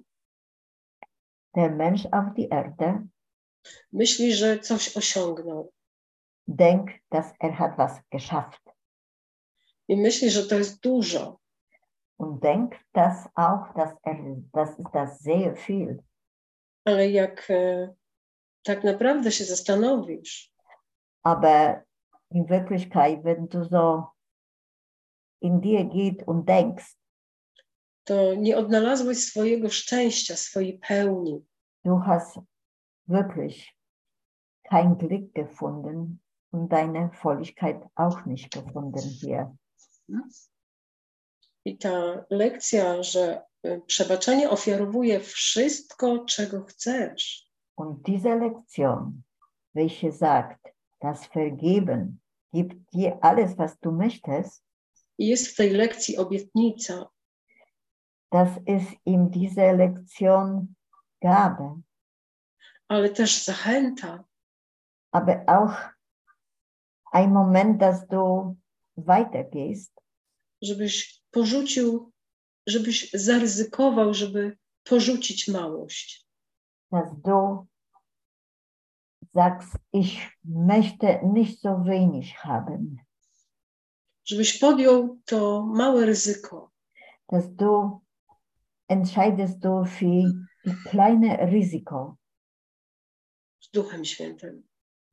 Speaker 2: Der Mensch auf die Erde
Speaker 3: myśli, że coś osiągnął
Speaker 2: denkt, dass er hat was geschafft
Speaker 3: i myśli, że to jest dużo,
Speaker 2: und denkt das auch, dass er, das ist das sehr viel.
Speaker 3: ale jak e, tak naprawdę się zastanowisz,
Speaker 2: Aber in Wirklichkeit, wenn du so in dir geht und denkst,
Speaker 3: to nie odnalazłeś swojego szczęścia, swojej pełni.
Speaker 2: du hast wirklich kein Glück gefunden und deine Fröhlichkeit auch nicht gefunden hier.
Speaker 3: I ta lekcja, że e, przebaczenie ofiarowuje wszystko, czego chcesz.
Speaker 2: Und diese Lektion, welche sagt, das Vergeben gibt dir alles, was du möchtest,
Speaker 3: I jest w tej lekcji obietnica,
Speaker 2: das ist in dieser Lektion Gabe,
Speaker 3: ale też zachęta,
Speaker 2: aber auch ein Moment, dass du weitergehst,
Speaker 3: żebyś porzucił, żebyś zaryzykował, żeby porzucić małość.
Speaker 2: dass du sagst, ich möchte nicht so wenig haben.
Speaker 3: Żebyś podjął to małe ryzyko,
Speaker 2: dass du entscheidest du für die kleine Risiko
Speaker 3: z Duchem Świętym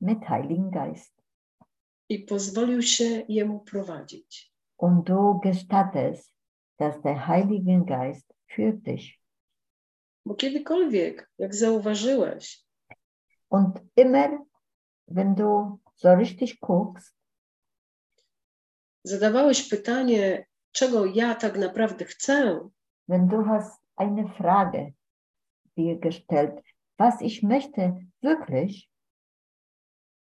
Speaker 2: mit Heiligen Geist
Speaker 3: i pozwolił się Jemu prowadzić.
Speaker 2: und du gestattest, dass der Heilige Geist führt dich.
Speaker 3: Bo kiedykolwiek, jak zauważyłeś,
Speaker 2: Und immer, wenn du so richtig guckst,
Speaker 3: zadawałeś pytanie, czego ja tak naprawdę chcę,
Speaker 2: wenn du hast eine Frage dir gestellt, was ich möchte wirklich,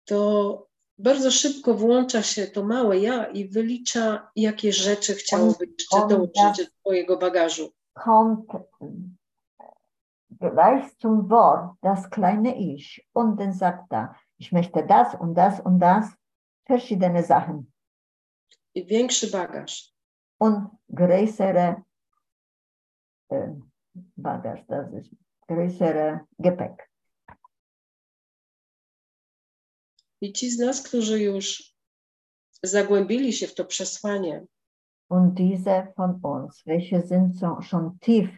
Speaker 3: to bardzo szybko włącza się to małe ja i wylicza, jakie rzeczy chciałoby jeszcze
Speaker 2: on
Speaker 3: dołączyć
Speaker 2: nas-
Speaker 3: do Twojego bagażu.
Speaker 2: kommt gleich zum Wort das kleine Ich und dann sagt er, ich möchte das und das und das, verschiedene Sachen.
Speaker 3: I większy bagaż.
Speaker 2: und größere, äh, Baggers, das ist größere Gepäck.
Speaker 3: I ci z nas, którzy już zagłębili się w to przesłanie,
Speaker 2: Und diese von uns, welche sind so, schon tief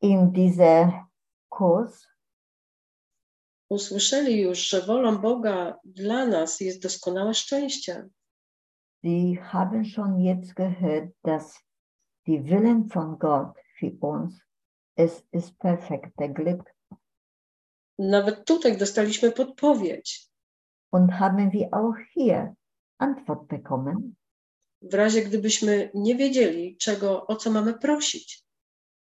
Speaker 2: in diese Kurs,
Speaker 3: usłyszeli już, że wolą Boga dla nas jest doskonałe szczęście.
Speaker 2: die haben schon jetzt gehört, dass die Willen von Gott für uns es ist perfekte Glück
Speaker 3: Nawet tutaj dostaliśmy podpowiedź.
Speaker 2: und haben wir auch hier Antwort bekommen,
Speaker 3: W razie gdybyśmy nie wiedzieli, czego, o co mamy prosić,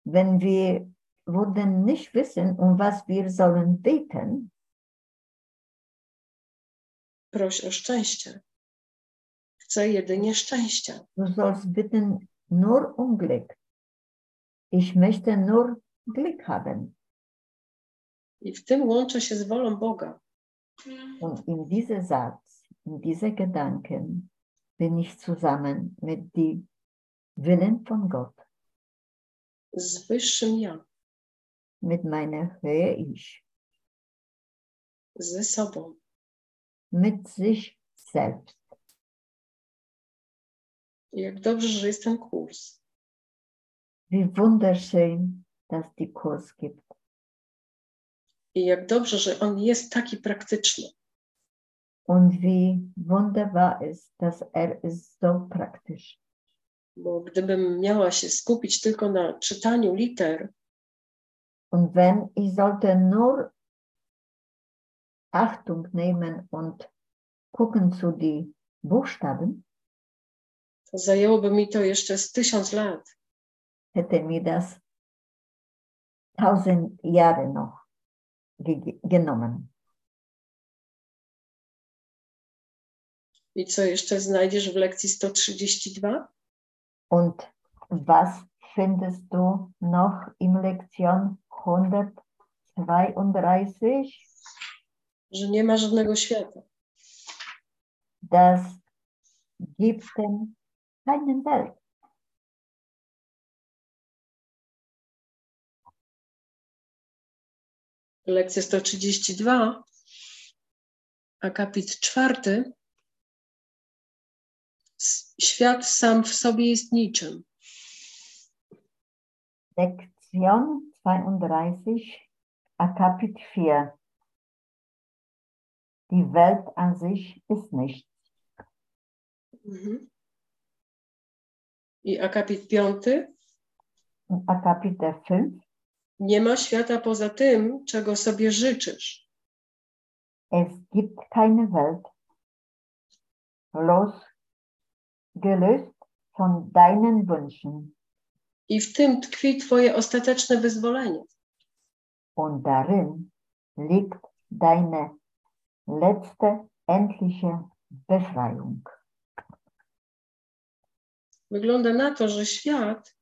Speaker 2: wenn wir würden nicht wissen, um was wir sollen beten,
Speaker 3: proś o szczęście. Chcę jedynie szczęścia.
Speaker 2: du sollst bitten nur um Glück. Ich möchte nur Glück haben.
Speaker 3: I w tym łączę się z wolą Boga.
Speaker 2: Und in diesem Satz, in diese Gedanken bin ich zusammen mit dem Willen von Gott,
Speaker 3: z wyższym ja,
Speaker 2: mit meiner Höhe Ich,
Speaker 3: ze sobą.
Speaker 2: mit sich selbst.
Speaker 3: Jak dobrze, że jest ten kurs.
Speaker 2: Wie wunderschön, dass die Kurs gibt
Speaker 3: I jak dobrze, że on jest taki praktyczny.
Speaker 2: und wie wunderbar ist, dass er ist so praktisch.
Speaker 3: Bo gdybym miała się skupić tylko na czytaniu liter,
Speaker 2: Und wenn ich sollte nur Achtung nehmen und gucken zu die Buchstaben,
Speaker 3: to zajęłoby mi to jeszcze z tysiąc lat.
Speaker 2: hätte mir das tausend Jahre noch gege- genommen.
Speaker 3: I co jeszcze znajdziesz w lekcji 132?
Speaker 2: Und was findest du noch im Lektion 132?
Speaker 3: Że nie ma żadnego świata.
Speaker 2: Das gibt dem keinen Welt.
Speaker 3: Lekcja 132, akapit czwarty. S- Świat sam w sobie jest niczym.
Speaker 2: Lektion 32, Akapit 4. Die Welt an sich ist nichts.
Speaker 3: Mhm. I akapit piąty.
Speaker 2: Und Akapit 5,
Speaker 3: Nie ma świata poza tym, czego sobie życzysz.
Speaker 2: es gibt keine Welt. Losgelöst von deinen Wünschen.
Speaker 3: I w tym tkwi Twoje ostateczne wyzwolenie.
Speaker 2: Und darin liegt deine letzte endliche Befreiung.
Speaker 3: Wygląda na to, że świat,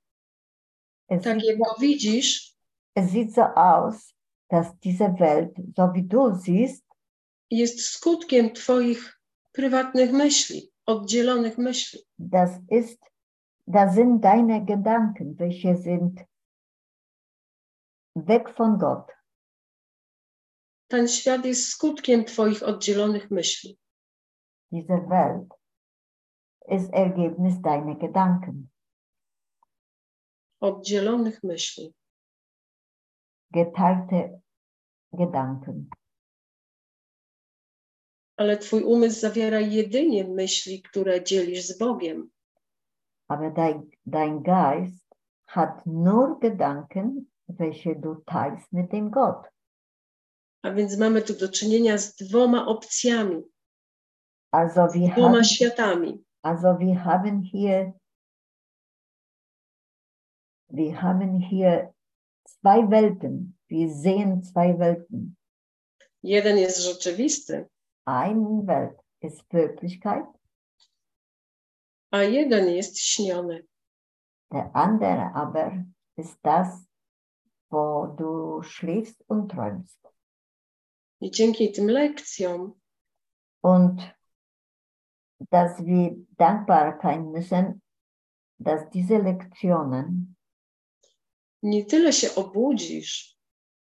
Speaker 2: Es
Speaker 3: tak jak go widzisz,
Speaker 2: Es sieht so aus, dass diese Welt, so wie du siehst,
Speaker 3: jest skutkiem Twoich prywatnych myśli, oddzielonych myśli.
Speaker 2: das ist, das sind deine Gedanken, welche sind weg von Gott.
Speaker 3: Ten świat jest skutkiem Twoich oddzielonych myśli.
Speaker 2: Diese Welt ist Ergebnis deiner Gedanken,
Speaker 3: Oddzielonych myśli.
Speaker 2: geteilte Gedanken.
Speaker 3: Ale Twój umysł zawiera jedynie myśli, które dzielisz z Bogiem.
Speaker 2: Aber dein, dein Geist hat nur Gedanken, welche du teilst mit dem Gott.
Speaker 3: A więc mamy tu do czynienia z dwoma opcjami,
Speaker 2: Also wir haben
Speaker 3: dwoma światami.
Speaker 2: Also wir haben hier, wir haben hier zwei Welten. Wir sehen zwei Welten.
Speaker 3: Jeden jest rzeczywisty,
Speaker 2: Eine Welt ist Wirklichkeit,
Speaker 3: a jeden jest śniony.
Speaker 2: der andere aber ist das, wo du schläfst und träumst.
Speaker 3: I dzięki tym lekcjom
Speaker 2: Und dass wir dankbar sein müssen dass diese Lektionen,
Speaker 3: Nie tyle się obudzisz,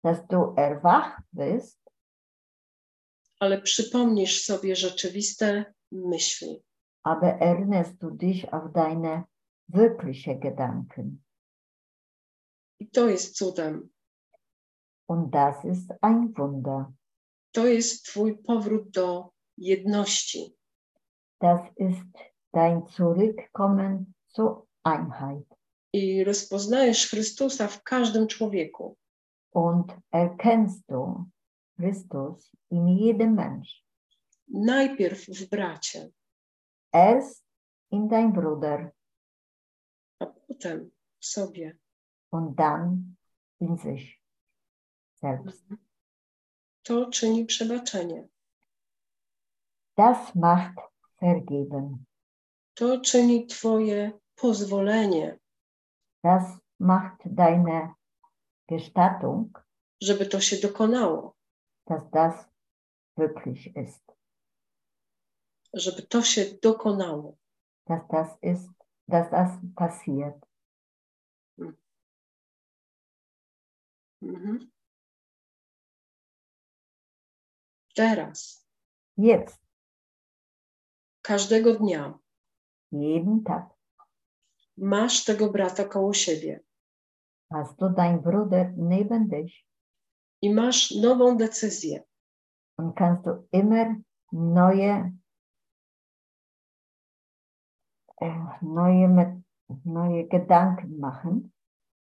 Speaker 2: dass du erwacht bist,
Speaker 3: ale przypomnisz sobie rzeczywiste myśli.
Speaker 2: aber erinnerst du dich auf deine wirkliche Gedanken.
Speaker 3: I to jest cudem.
Speaker 2: Und das ist ein Wunder.
Speaker 3: To jest Twój powrót do jedności.
Speaker 2: Das ist dein Zurückkommen zur Einheit
Speaker 3: I rozpoznajesz Chrystusa w każdym człowieku.
Speaker 2: und erkennst du Christus in jedem Mensch.
Speaker 3: Najpierw w bracie,
Speaker 2: Erst in dein Bruder
Speaker 3: a potem w sobie.
Speaker 2: und dann in sich selbst.
Speaker 3: To czyni przebaczenie.
Speaker 2: Das macht Vergeben.
Speaker 3: To czyni Twoje pozwolenie,
Speaker 2: Das macht deine Gestattung,
Speaker 3: żeby to się dokonało,
Speaker 2: dass das wirklich ist,
Speaker 3: żeby to się dokonało.
Speaker 2: dass das ist, dass das passiert.
Speaker 3: Mhm. Teraz,
Speaker 2: Jetzt,
Speaker 3: każdego dnia,
Speaker 2: jeden Tag,
Speaker 3: masz tego brata koło siebie
Speaker 2: hast du deinen Bruder neben dich
Speaker 3: i masz nową decyzję.
Speaker 2: und kannst du immer neue, äh, neue, Me- neue Gedanken machen.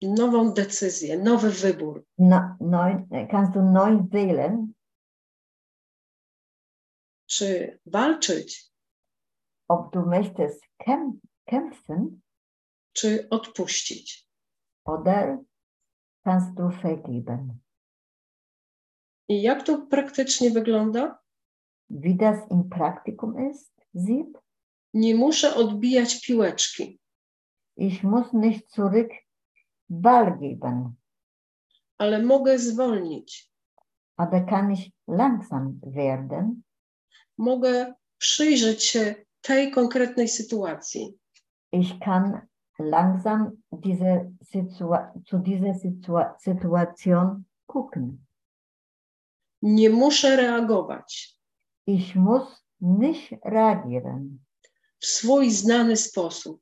Speaker 3: Nową decyzję, nowy wybór.
Speaker 2: Ne- Neu, äh, kannst du neu wählen,
Speaker 3: Czy walczyć,
Speaker 2: ob du möchtest kämp kämpfen
Speaker 3: czy odpuścić.
Speaker 2: oder kannst du vergeben.
Speaker 3: I jak to praktycznie wygląda?
Speaker 2: Wie das im Praktikum ist, sieht,
Speaker 3: Nie muszę odbijać piłeczki,
Speaker 2: ich muss nicht zurück Ball geben,
Speaker 3: ale mogę zwolnić.
Speaker 2: aber kann ich langsam werden
Speaker 3: Mogę przyjrzeć się tej konkretnej sytuacji.
Speaker 2: ich kann langsam diese Situa zu dieser Situa Situation gucken.
Speaker 3: Nie muszę reagować
Speaker 2: Ich muss nicht reagieren
Speaker 3: w swój znany sposób.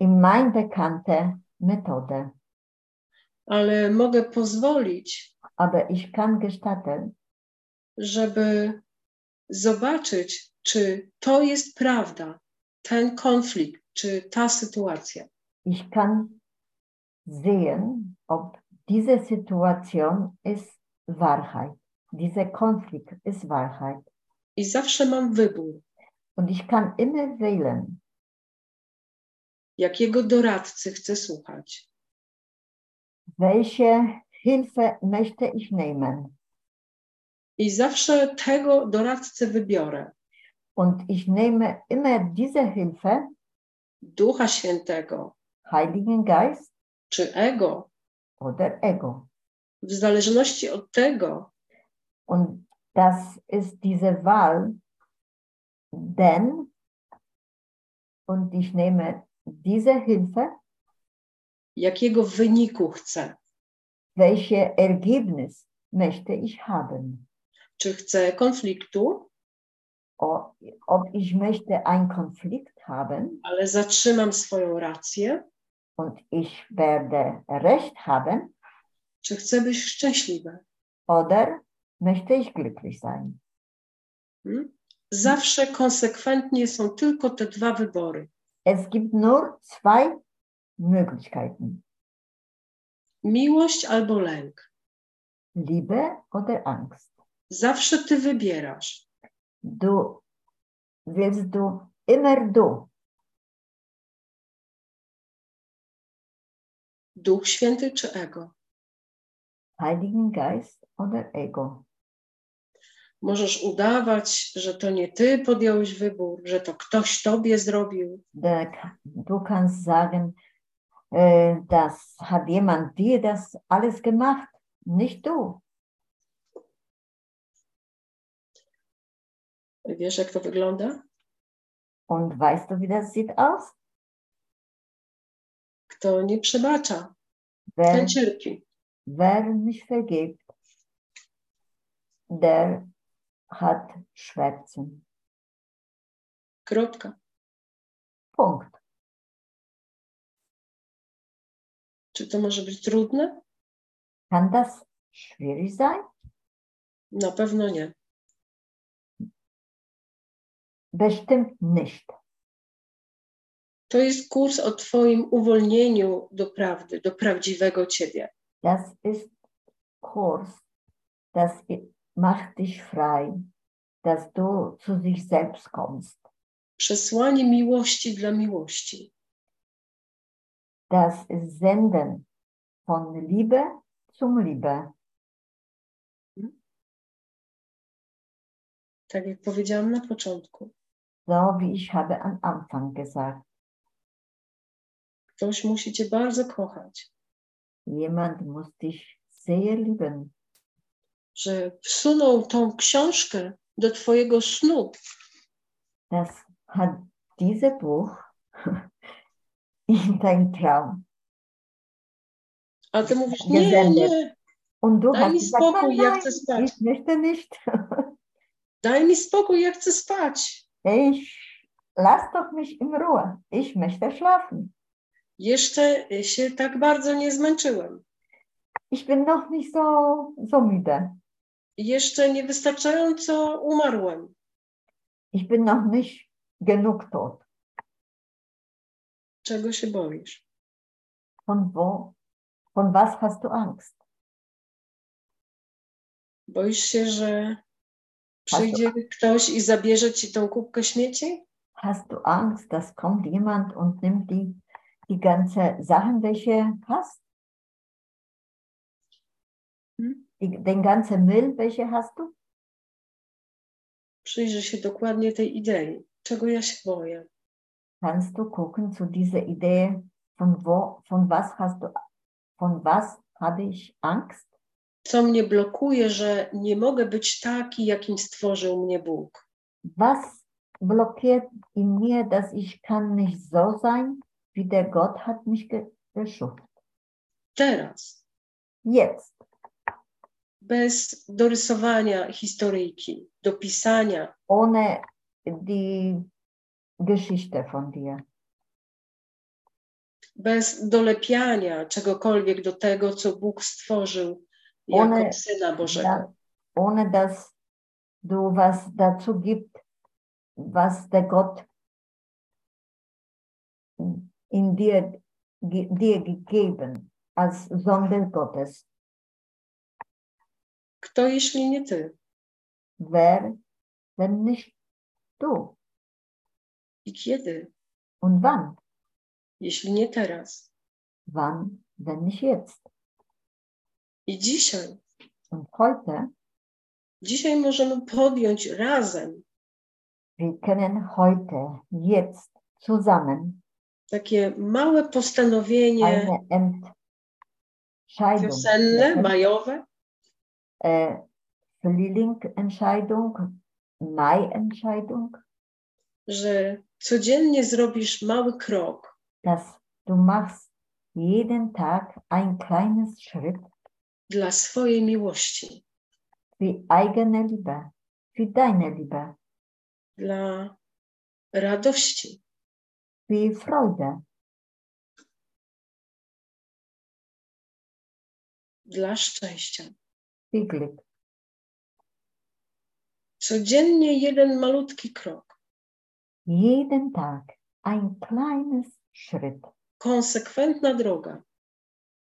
Speaker 2: in meine bekannte Methode,
Speaker 3: ale mogę pozwolić,
Speaker 2: aber ich kann gestatten,
Speaker 3: żeby zobaczyć, czy to jest prawda, ten konflikt, czy ta sytuacja.
Speaker 2: ich kann sehen, ob diese Situation ist Wahrheit, dieser Konflikt ist Wahrheit.
Speaker 3: I zawsze mam wybór,
Speaker 2: Und ich kann immer wählen,
Speaker 3: jakiego doradcy chcę słuchać,
Speaker 2: welche Hilfe möchte ich nehmen.
Speaker 3: i zawsze tego doradcę wybiorę
Speaker 2: Und ich nehme immer diese Hilfe,
Speaker 3: Ducha Świętego
Speaker 2: Heiligen Geist
Speaker 3: czy ego,
Speaker 2: oder Ego.
Speaker 3: w zależności od tego,
Speaker 2: Und das ist diese Wahl, denn, und ich nehme diese Hilfe,
Speaker 3: jakiego wyniku chcę.
Speaker 2: welche Ergebnis möchte ich haben.
Speaker 3: Czy chcę konfliktu,
Speaker 2: O- Ob ich möchte einen Konflikt haben
Speaker 3: ale zatrzymam swoją rację,
Speaker 2: und ich werde Recht haben
Speaker 3: czy chcę być szczęśliwy.
Speaker 2: oder möchte ich glücklich sein.
Speaker 3: Hmm? Zawsze konsekwentnie są tylko te dwa wybory.
Speaker 2: Es gibt nur zwei Möglichkeiten.
Speaker 3: Miłość albo lęk.
Speaker 2: Liebe oder Angst?
Speaker 3: Zawsze ty wybierasz.
Speaker 2: Du willst du immer du.
Speaker 3: Duch Święty czy ego?
Speaker 2: Heiligen Geist oder Ego?
Speaker 3: Możesz udawać, że to nie ty podjąłeś wybór, że to ktoś tobie zrobił,
Speaker 2: Da ka- Du kannst sagen, äh, das hat jemand dir das alles gemacht, nicht du.
Speaker 3: Wiesz, jak to wygląda?
Speaker 2: Und weißt du, wie das sieht aus?
Speaker 3: Kto nie przebacza,
Speaker 2: Wer,
Speaker 3: ten cierpi.
Speaker 2: wer nicht vergibt, der hat Schmerzen.
Speaker 3: Kropka.
Speaker 2: Punkt.
Speaker 3: Czy to może być trudne?
Speaker 2: Kann das schwierig sein?
Speaker 3: Na pewno nie.
Speaker 2: Bestimmt nicht.
Speaker 3: To jest kurs o Twoim uwolnieniu do prawdy, do prawdziwego Ciebie.
Speaker 2: Das ist Kurs. Das i- macht dich frei, dass du zu sich selbst kommst.
Speaker 3: Przesłanie miłości dla miłości.
Speaker 2: Das ist Senden von Liebe zum Liebe.
Speaker 3: Tak jak powiedziałam na początku,
Speaker 2: So wie ich habe am Anfang gesagt.
Speaker 3: ktoś musi Cię bardzo kochać,
Speaker 2: Jemand muss dich sehr lieben,
Speaker 3: że wsunął tą książkę do Twojego snu.
Speaker 2: Das hat dieses Buch in dein Traum.
Speaker 3: A Ty mówisz,
Speaker 2: Nie
Speaker 3: nie,
Speaker 2: będę.
Speaker 3: nie,
Speaker 2: Und du
Speaker 3: daj mi
Speaker 2: hast gesagt,
Speaker 3: spokój,
Speaker 2: nein,
Speaker 3: ja
Speaker 2: nein,
Speaker 3: chcę spać.
Speaker 2: ich möchte nicht.
Speaker 3: Daj mi spokój, ja chcę spać.
Speaker 2: Ich lass doch mich in Ruhe. Ich möchte schlafen.
Speaker 3: Jeszcze się tak bardzo nie zmęczyłem.
Speaker 2: Ich bin noch nicht so, so müde.
Speaker 3: Jeszcze niewystarczająco umarłem.
Speaker 2: Ich bin noch nicht genug tot.
Speaker 3: Czego się boisz?
Speaker 2: Von wo? Von was hast du Angst?
Speaker 3: Boisz się, że przyjdzie ktoś i zabierze ci tą kubkę śmieci?
Speaker 2: Hast du Angst, dass kommt jemand und nimmt die, die ganze Sachen, welche hast?
Speaker 3: Hm?
Speaker 2: Die, den ganzen Müll, welche hast du?
Speaker 3: Przyjrzyj się dokładnie tej idei. Czego ja się boję?
Speaker 2: Kannst du gucken zu dieser Idee, von wo, von was hast du, von was hatte ich Angst?
Speaker 3: Co mnie blokuje, że nie mogę być taki, jakim stworzył mnie Bóg?
Speaker 2: Was blockiert in mir, dass ich kann nicht so sein, wie der Gott hat mich ge- geschaffen?
Speaker 3: Teraz,
Speaker 2: Jetzt,
Speaker 3: bez dorysowania historyjki, dopisania,
Speaker 2: ohne die Geschichte von dir.
Speaker 3: bez dolepiania czegokolwiek do tego, co Bóg stworzył jako
Speaker 2: One-
Speaker 3: Syna Bożego.
Speaker 2: Da, ohne dass du was dazu gibst, was der Gott in dir, ge- dir gegeben, als Sonde Gottes.
Speaker 3: Kto jeśli nie Ty?
Speaker 2: Wer, wenn nicht du?
Speaker 3: I kiedy,
Speaker 2: Und wann?
Speaker 3: jeśli nie teraz?
Speaker 2: Wann, wenn nicht jetzt?
Speaker 3: I dzisiaj.
Speaker 2: Und heute,
Speaker 3: Dzisiaj możemy podjąć razem
Speaker 2: wir können heute, jetzt zusammen
Speaker 3: takie małe postanowienie
Speaker 2: eine Entscheidung,
Speaker 3: wiosenne,
Speaker 2: treffen.
Speaker 3: majowe,
Speaker 2: äh, Frühling-Entscheidung, Mai-Entscheidung,
Speaker 3: że codziennie zrobisz mały krok
Speaker 2: dass du machst jeden Tag ein kleines Schritt
Speaker 3: dla swojej miłości,
Speaker 2: für eigene Liebe, für deine Liebe,
Speaker 3: dla radości.
Speaker 2: für Freude,
Speaker 3: dla szczęścia.
Speaker 2: für Glück.
Speaker 3: Codziennie jeden malutki krok,
Speaker 2: Jeden Tag ein kleines Schritt,
Speaker 3: konsekwentna droga,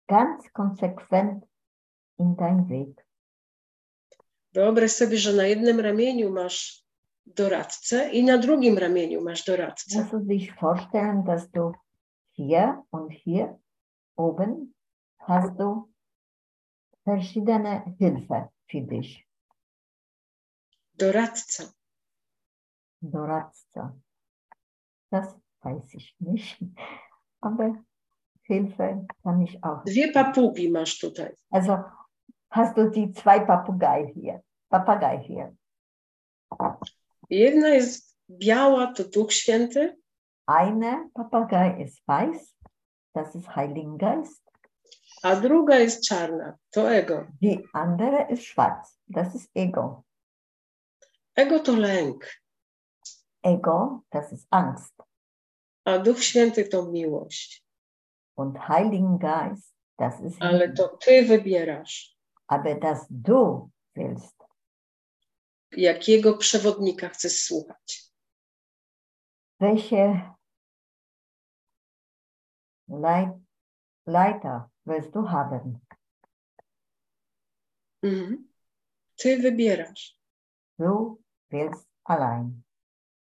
Speaker 2: ganz konsequent in dein Weg.
Speaker 3: Wyobraź sobie, że na jednym ramieniu masz doradcę i na drugim ramieniu masz doradcę.
Speaker 2: Musst du dich vorstellen, dass du hier und hier oben hast du verschiedene Hilfe für dich,
Speaker 3: Doradca.
Speaker 2: Doradza. Das weiß ich nicht, aber Hilfe kann ich auch.
Speaker 3: Dwie papugi masz tutaj.
Speaker 2: Also hast du die zwei Papagei hier, Papagei hier.
Speaker 3: Jedna jest biała, to Duch Święty,
Speaker 2: Eine Papagei ist weiß das ist Heiligen Geist.
Speaker 3: a druga jest czarna, to ego.
Speaker 2: Die andere ist schwarz, das ist Ego.
Speaker 3: Ego to lęk,
Speaker 2: Ego, das ist Angst.
Speaker 3: a Duch Święty to miłość.
Speaker 2: Und Heiligen Geist, das ist
Speaker 3: Ale
Speaker 2: Liebe.
Speaker 3: to ty wybierasz,
Speaker 2: Aber dass du willst,
Speaker 3: jakiego przewodnika chcesz słuchać.
Speaker 2: welche Leit Leiter willst du haben?
Speaker 3: Mhm. Ty wybierasz.
Speaker 2: Du willst allein.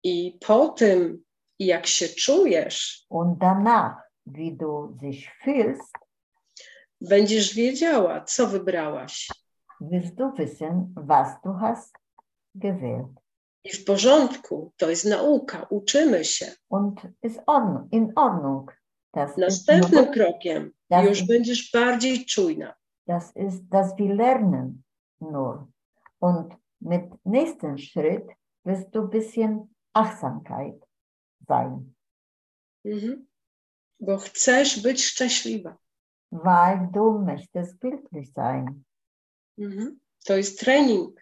Speaker 3: I po tym, jak się czujesz,
Speaker 2: Und danach, wie du dich fühlst,
Speaker 3: będziesz wiedziała, co wybrałaś.
Speaker 2: wirst du wissen, was du hast gewählt.
Speaker 3: I w porządku, to jest nauka, uczymy się.
Speaker 2: Und ist Ordnung, in Ordnung. Das ist,
Speaker 3: Następnym krokiem
Speaker 2: das,
Speaker 3: już
Speaker 2: ist,
Speaker 3: będziesz bardziej czujna.
Speaker 2: das ist, dass wir lernen nur. Und mit nächsten Schritt wirst du ein bisschen Achtsamkeit sein,
Speaker 3: Mhm. Bo chcesz być szczęśliwa.
Speaker 2: weil du möchtest glücklich sein.
Speaker 3: Mhm. To jest trening.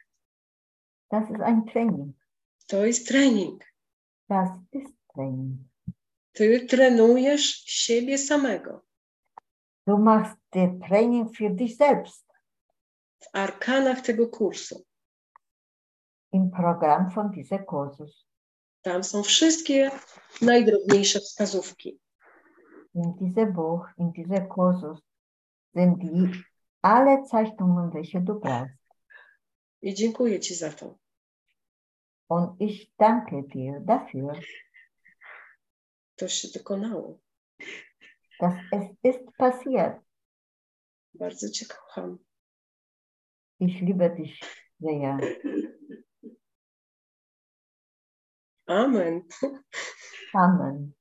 Speaker 2: Das ist ein Training.
Speaker 3: To jest trening.
Speaker 2: Das ist Training.
Speaker 3: Ty trenujesz siebie samego.
Speaker 2: Du machst das Training für dich selbst
Speaker 3: W arkanach tego kursu.
Speaker 2: im Programm von diesem Kursus.
Speaker 3: Tam są wszystkie najdrobniejsze wskazówki.
Speaker 2: In diesem Buch, in diesem Kursus sind die alle Zeichnungen, welche du brauchst.
Speaker 3: I dziękuję Ci za to.
Speaker 2: Und ich danke dir dafür,
Speaker 3: To się dokonało.
Speaker 2: dass es ist passiert.
Speaker 3: Bardzo Cię kocham.
Speaker 2: Ich liebe dich sehr.
Speaker 3: Amen.
Speaker 2: Amen.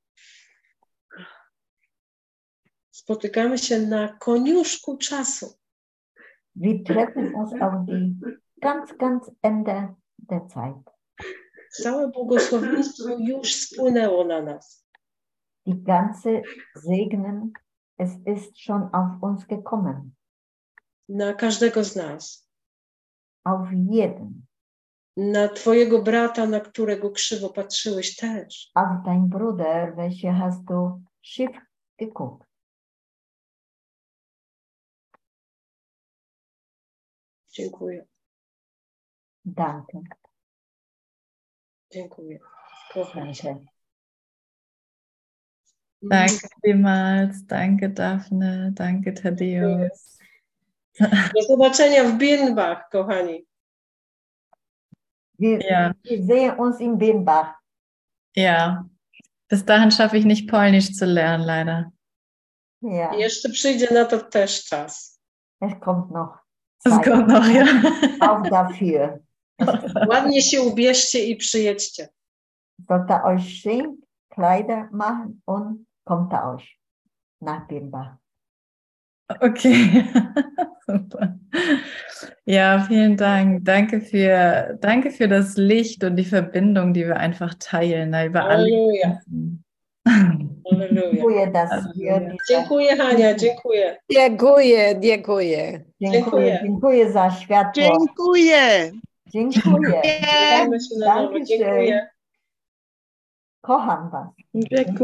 Speaker 3: Spotykamy się na koniuszku czasu.
Speaker 2: Wir treffen uns auf die ganz, ganz Ende der Zeit.
Speaker 3: Całe błogosławieństwo już spłynęło na nas.
Speaker 2: Die ganze Segnen, es ist schon auf uns gekommen.
Speaker 3: Na każdego z nas.
Speaker 2: Auf jeden.
Speaker 3: Na Twojego brata, na którego krzywo patrzyłeś też.
Speaker 2: Auf deinen Bruder, welche hast du schief geguckt.
Speaker 3: Dziękuję.
Speaker 2: Danke.
Speaker 3: Dziękuję. Kocham Cię.
Speaker 2: Danke. Tak.
Speaker 4: Danke vielmals. Danke, Daphne. Danke, Thaddeus.
Speaker 3: Mm, Do zobaczenia w Birnbach, kochani.
Speaker 2: Wir,
Speaker 4: Ja.
Speaker 2: wir sehen uns in Birnbach.
Speaker 4: Ja, bis dahin schaffe ich nicht Polnisch zu lernen, leider.
Speaker 2: Ja,
Speaker 3: Jeszcze przyjdzie na to też czas.
Speaker 2: es kommt noch.
Speaker 4: Das
Speaker 2: Zeit.
Speaker 4: kommt noch, ja.
Speaker 2: Auch dafür.
Speaker 3: Ładnie się ubierzcie i przyjedźcie.
Speaker 2: sollt ihr euch schön Kleider machen und kommt ihr euch nach Birnbach.
Speaker 4: Okay. Super. Ja, vielen Dank. Danke für, danke für das Licht und die Verbindung, die wir einfach teilen, na,
Speaker 3: Oh
Speaker 4: über alle.
Speaker 3: Aleluja.
Speaker 4: Grenzen.
Speaker 3: Aleluja.
Speaker 2: Dziękuję, dass wir
Speaker 4: Halleluja.
Speaker 2: diese,
Speaker 3: Dziękuję, Hania, dziękuję.
Speaker 5: Dziękuję, dziękuję.
Speaker 2: dziękuję, dziękuję za światło.
Speaker 5: Dziękuję.
Speaker 2: Dziękuję.
Speaker 3: Zobaczymy się na nowo.
Speaker 2: Dankeschön.
Speaker 3: Dziękuję.
Speaker 2: Kocham was.
Speaker 4: Sehr gut.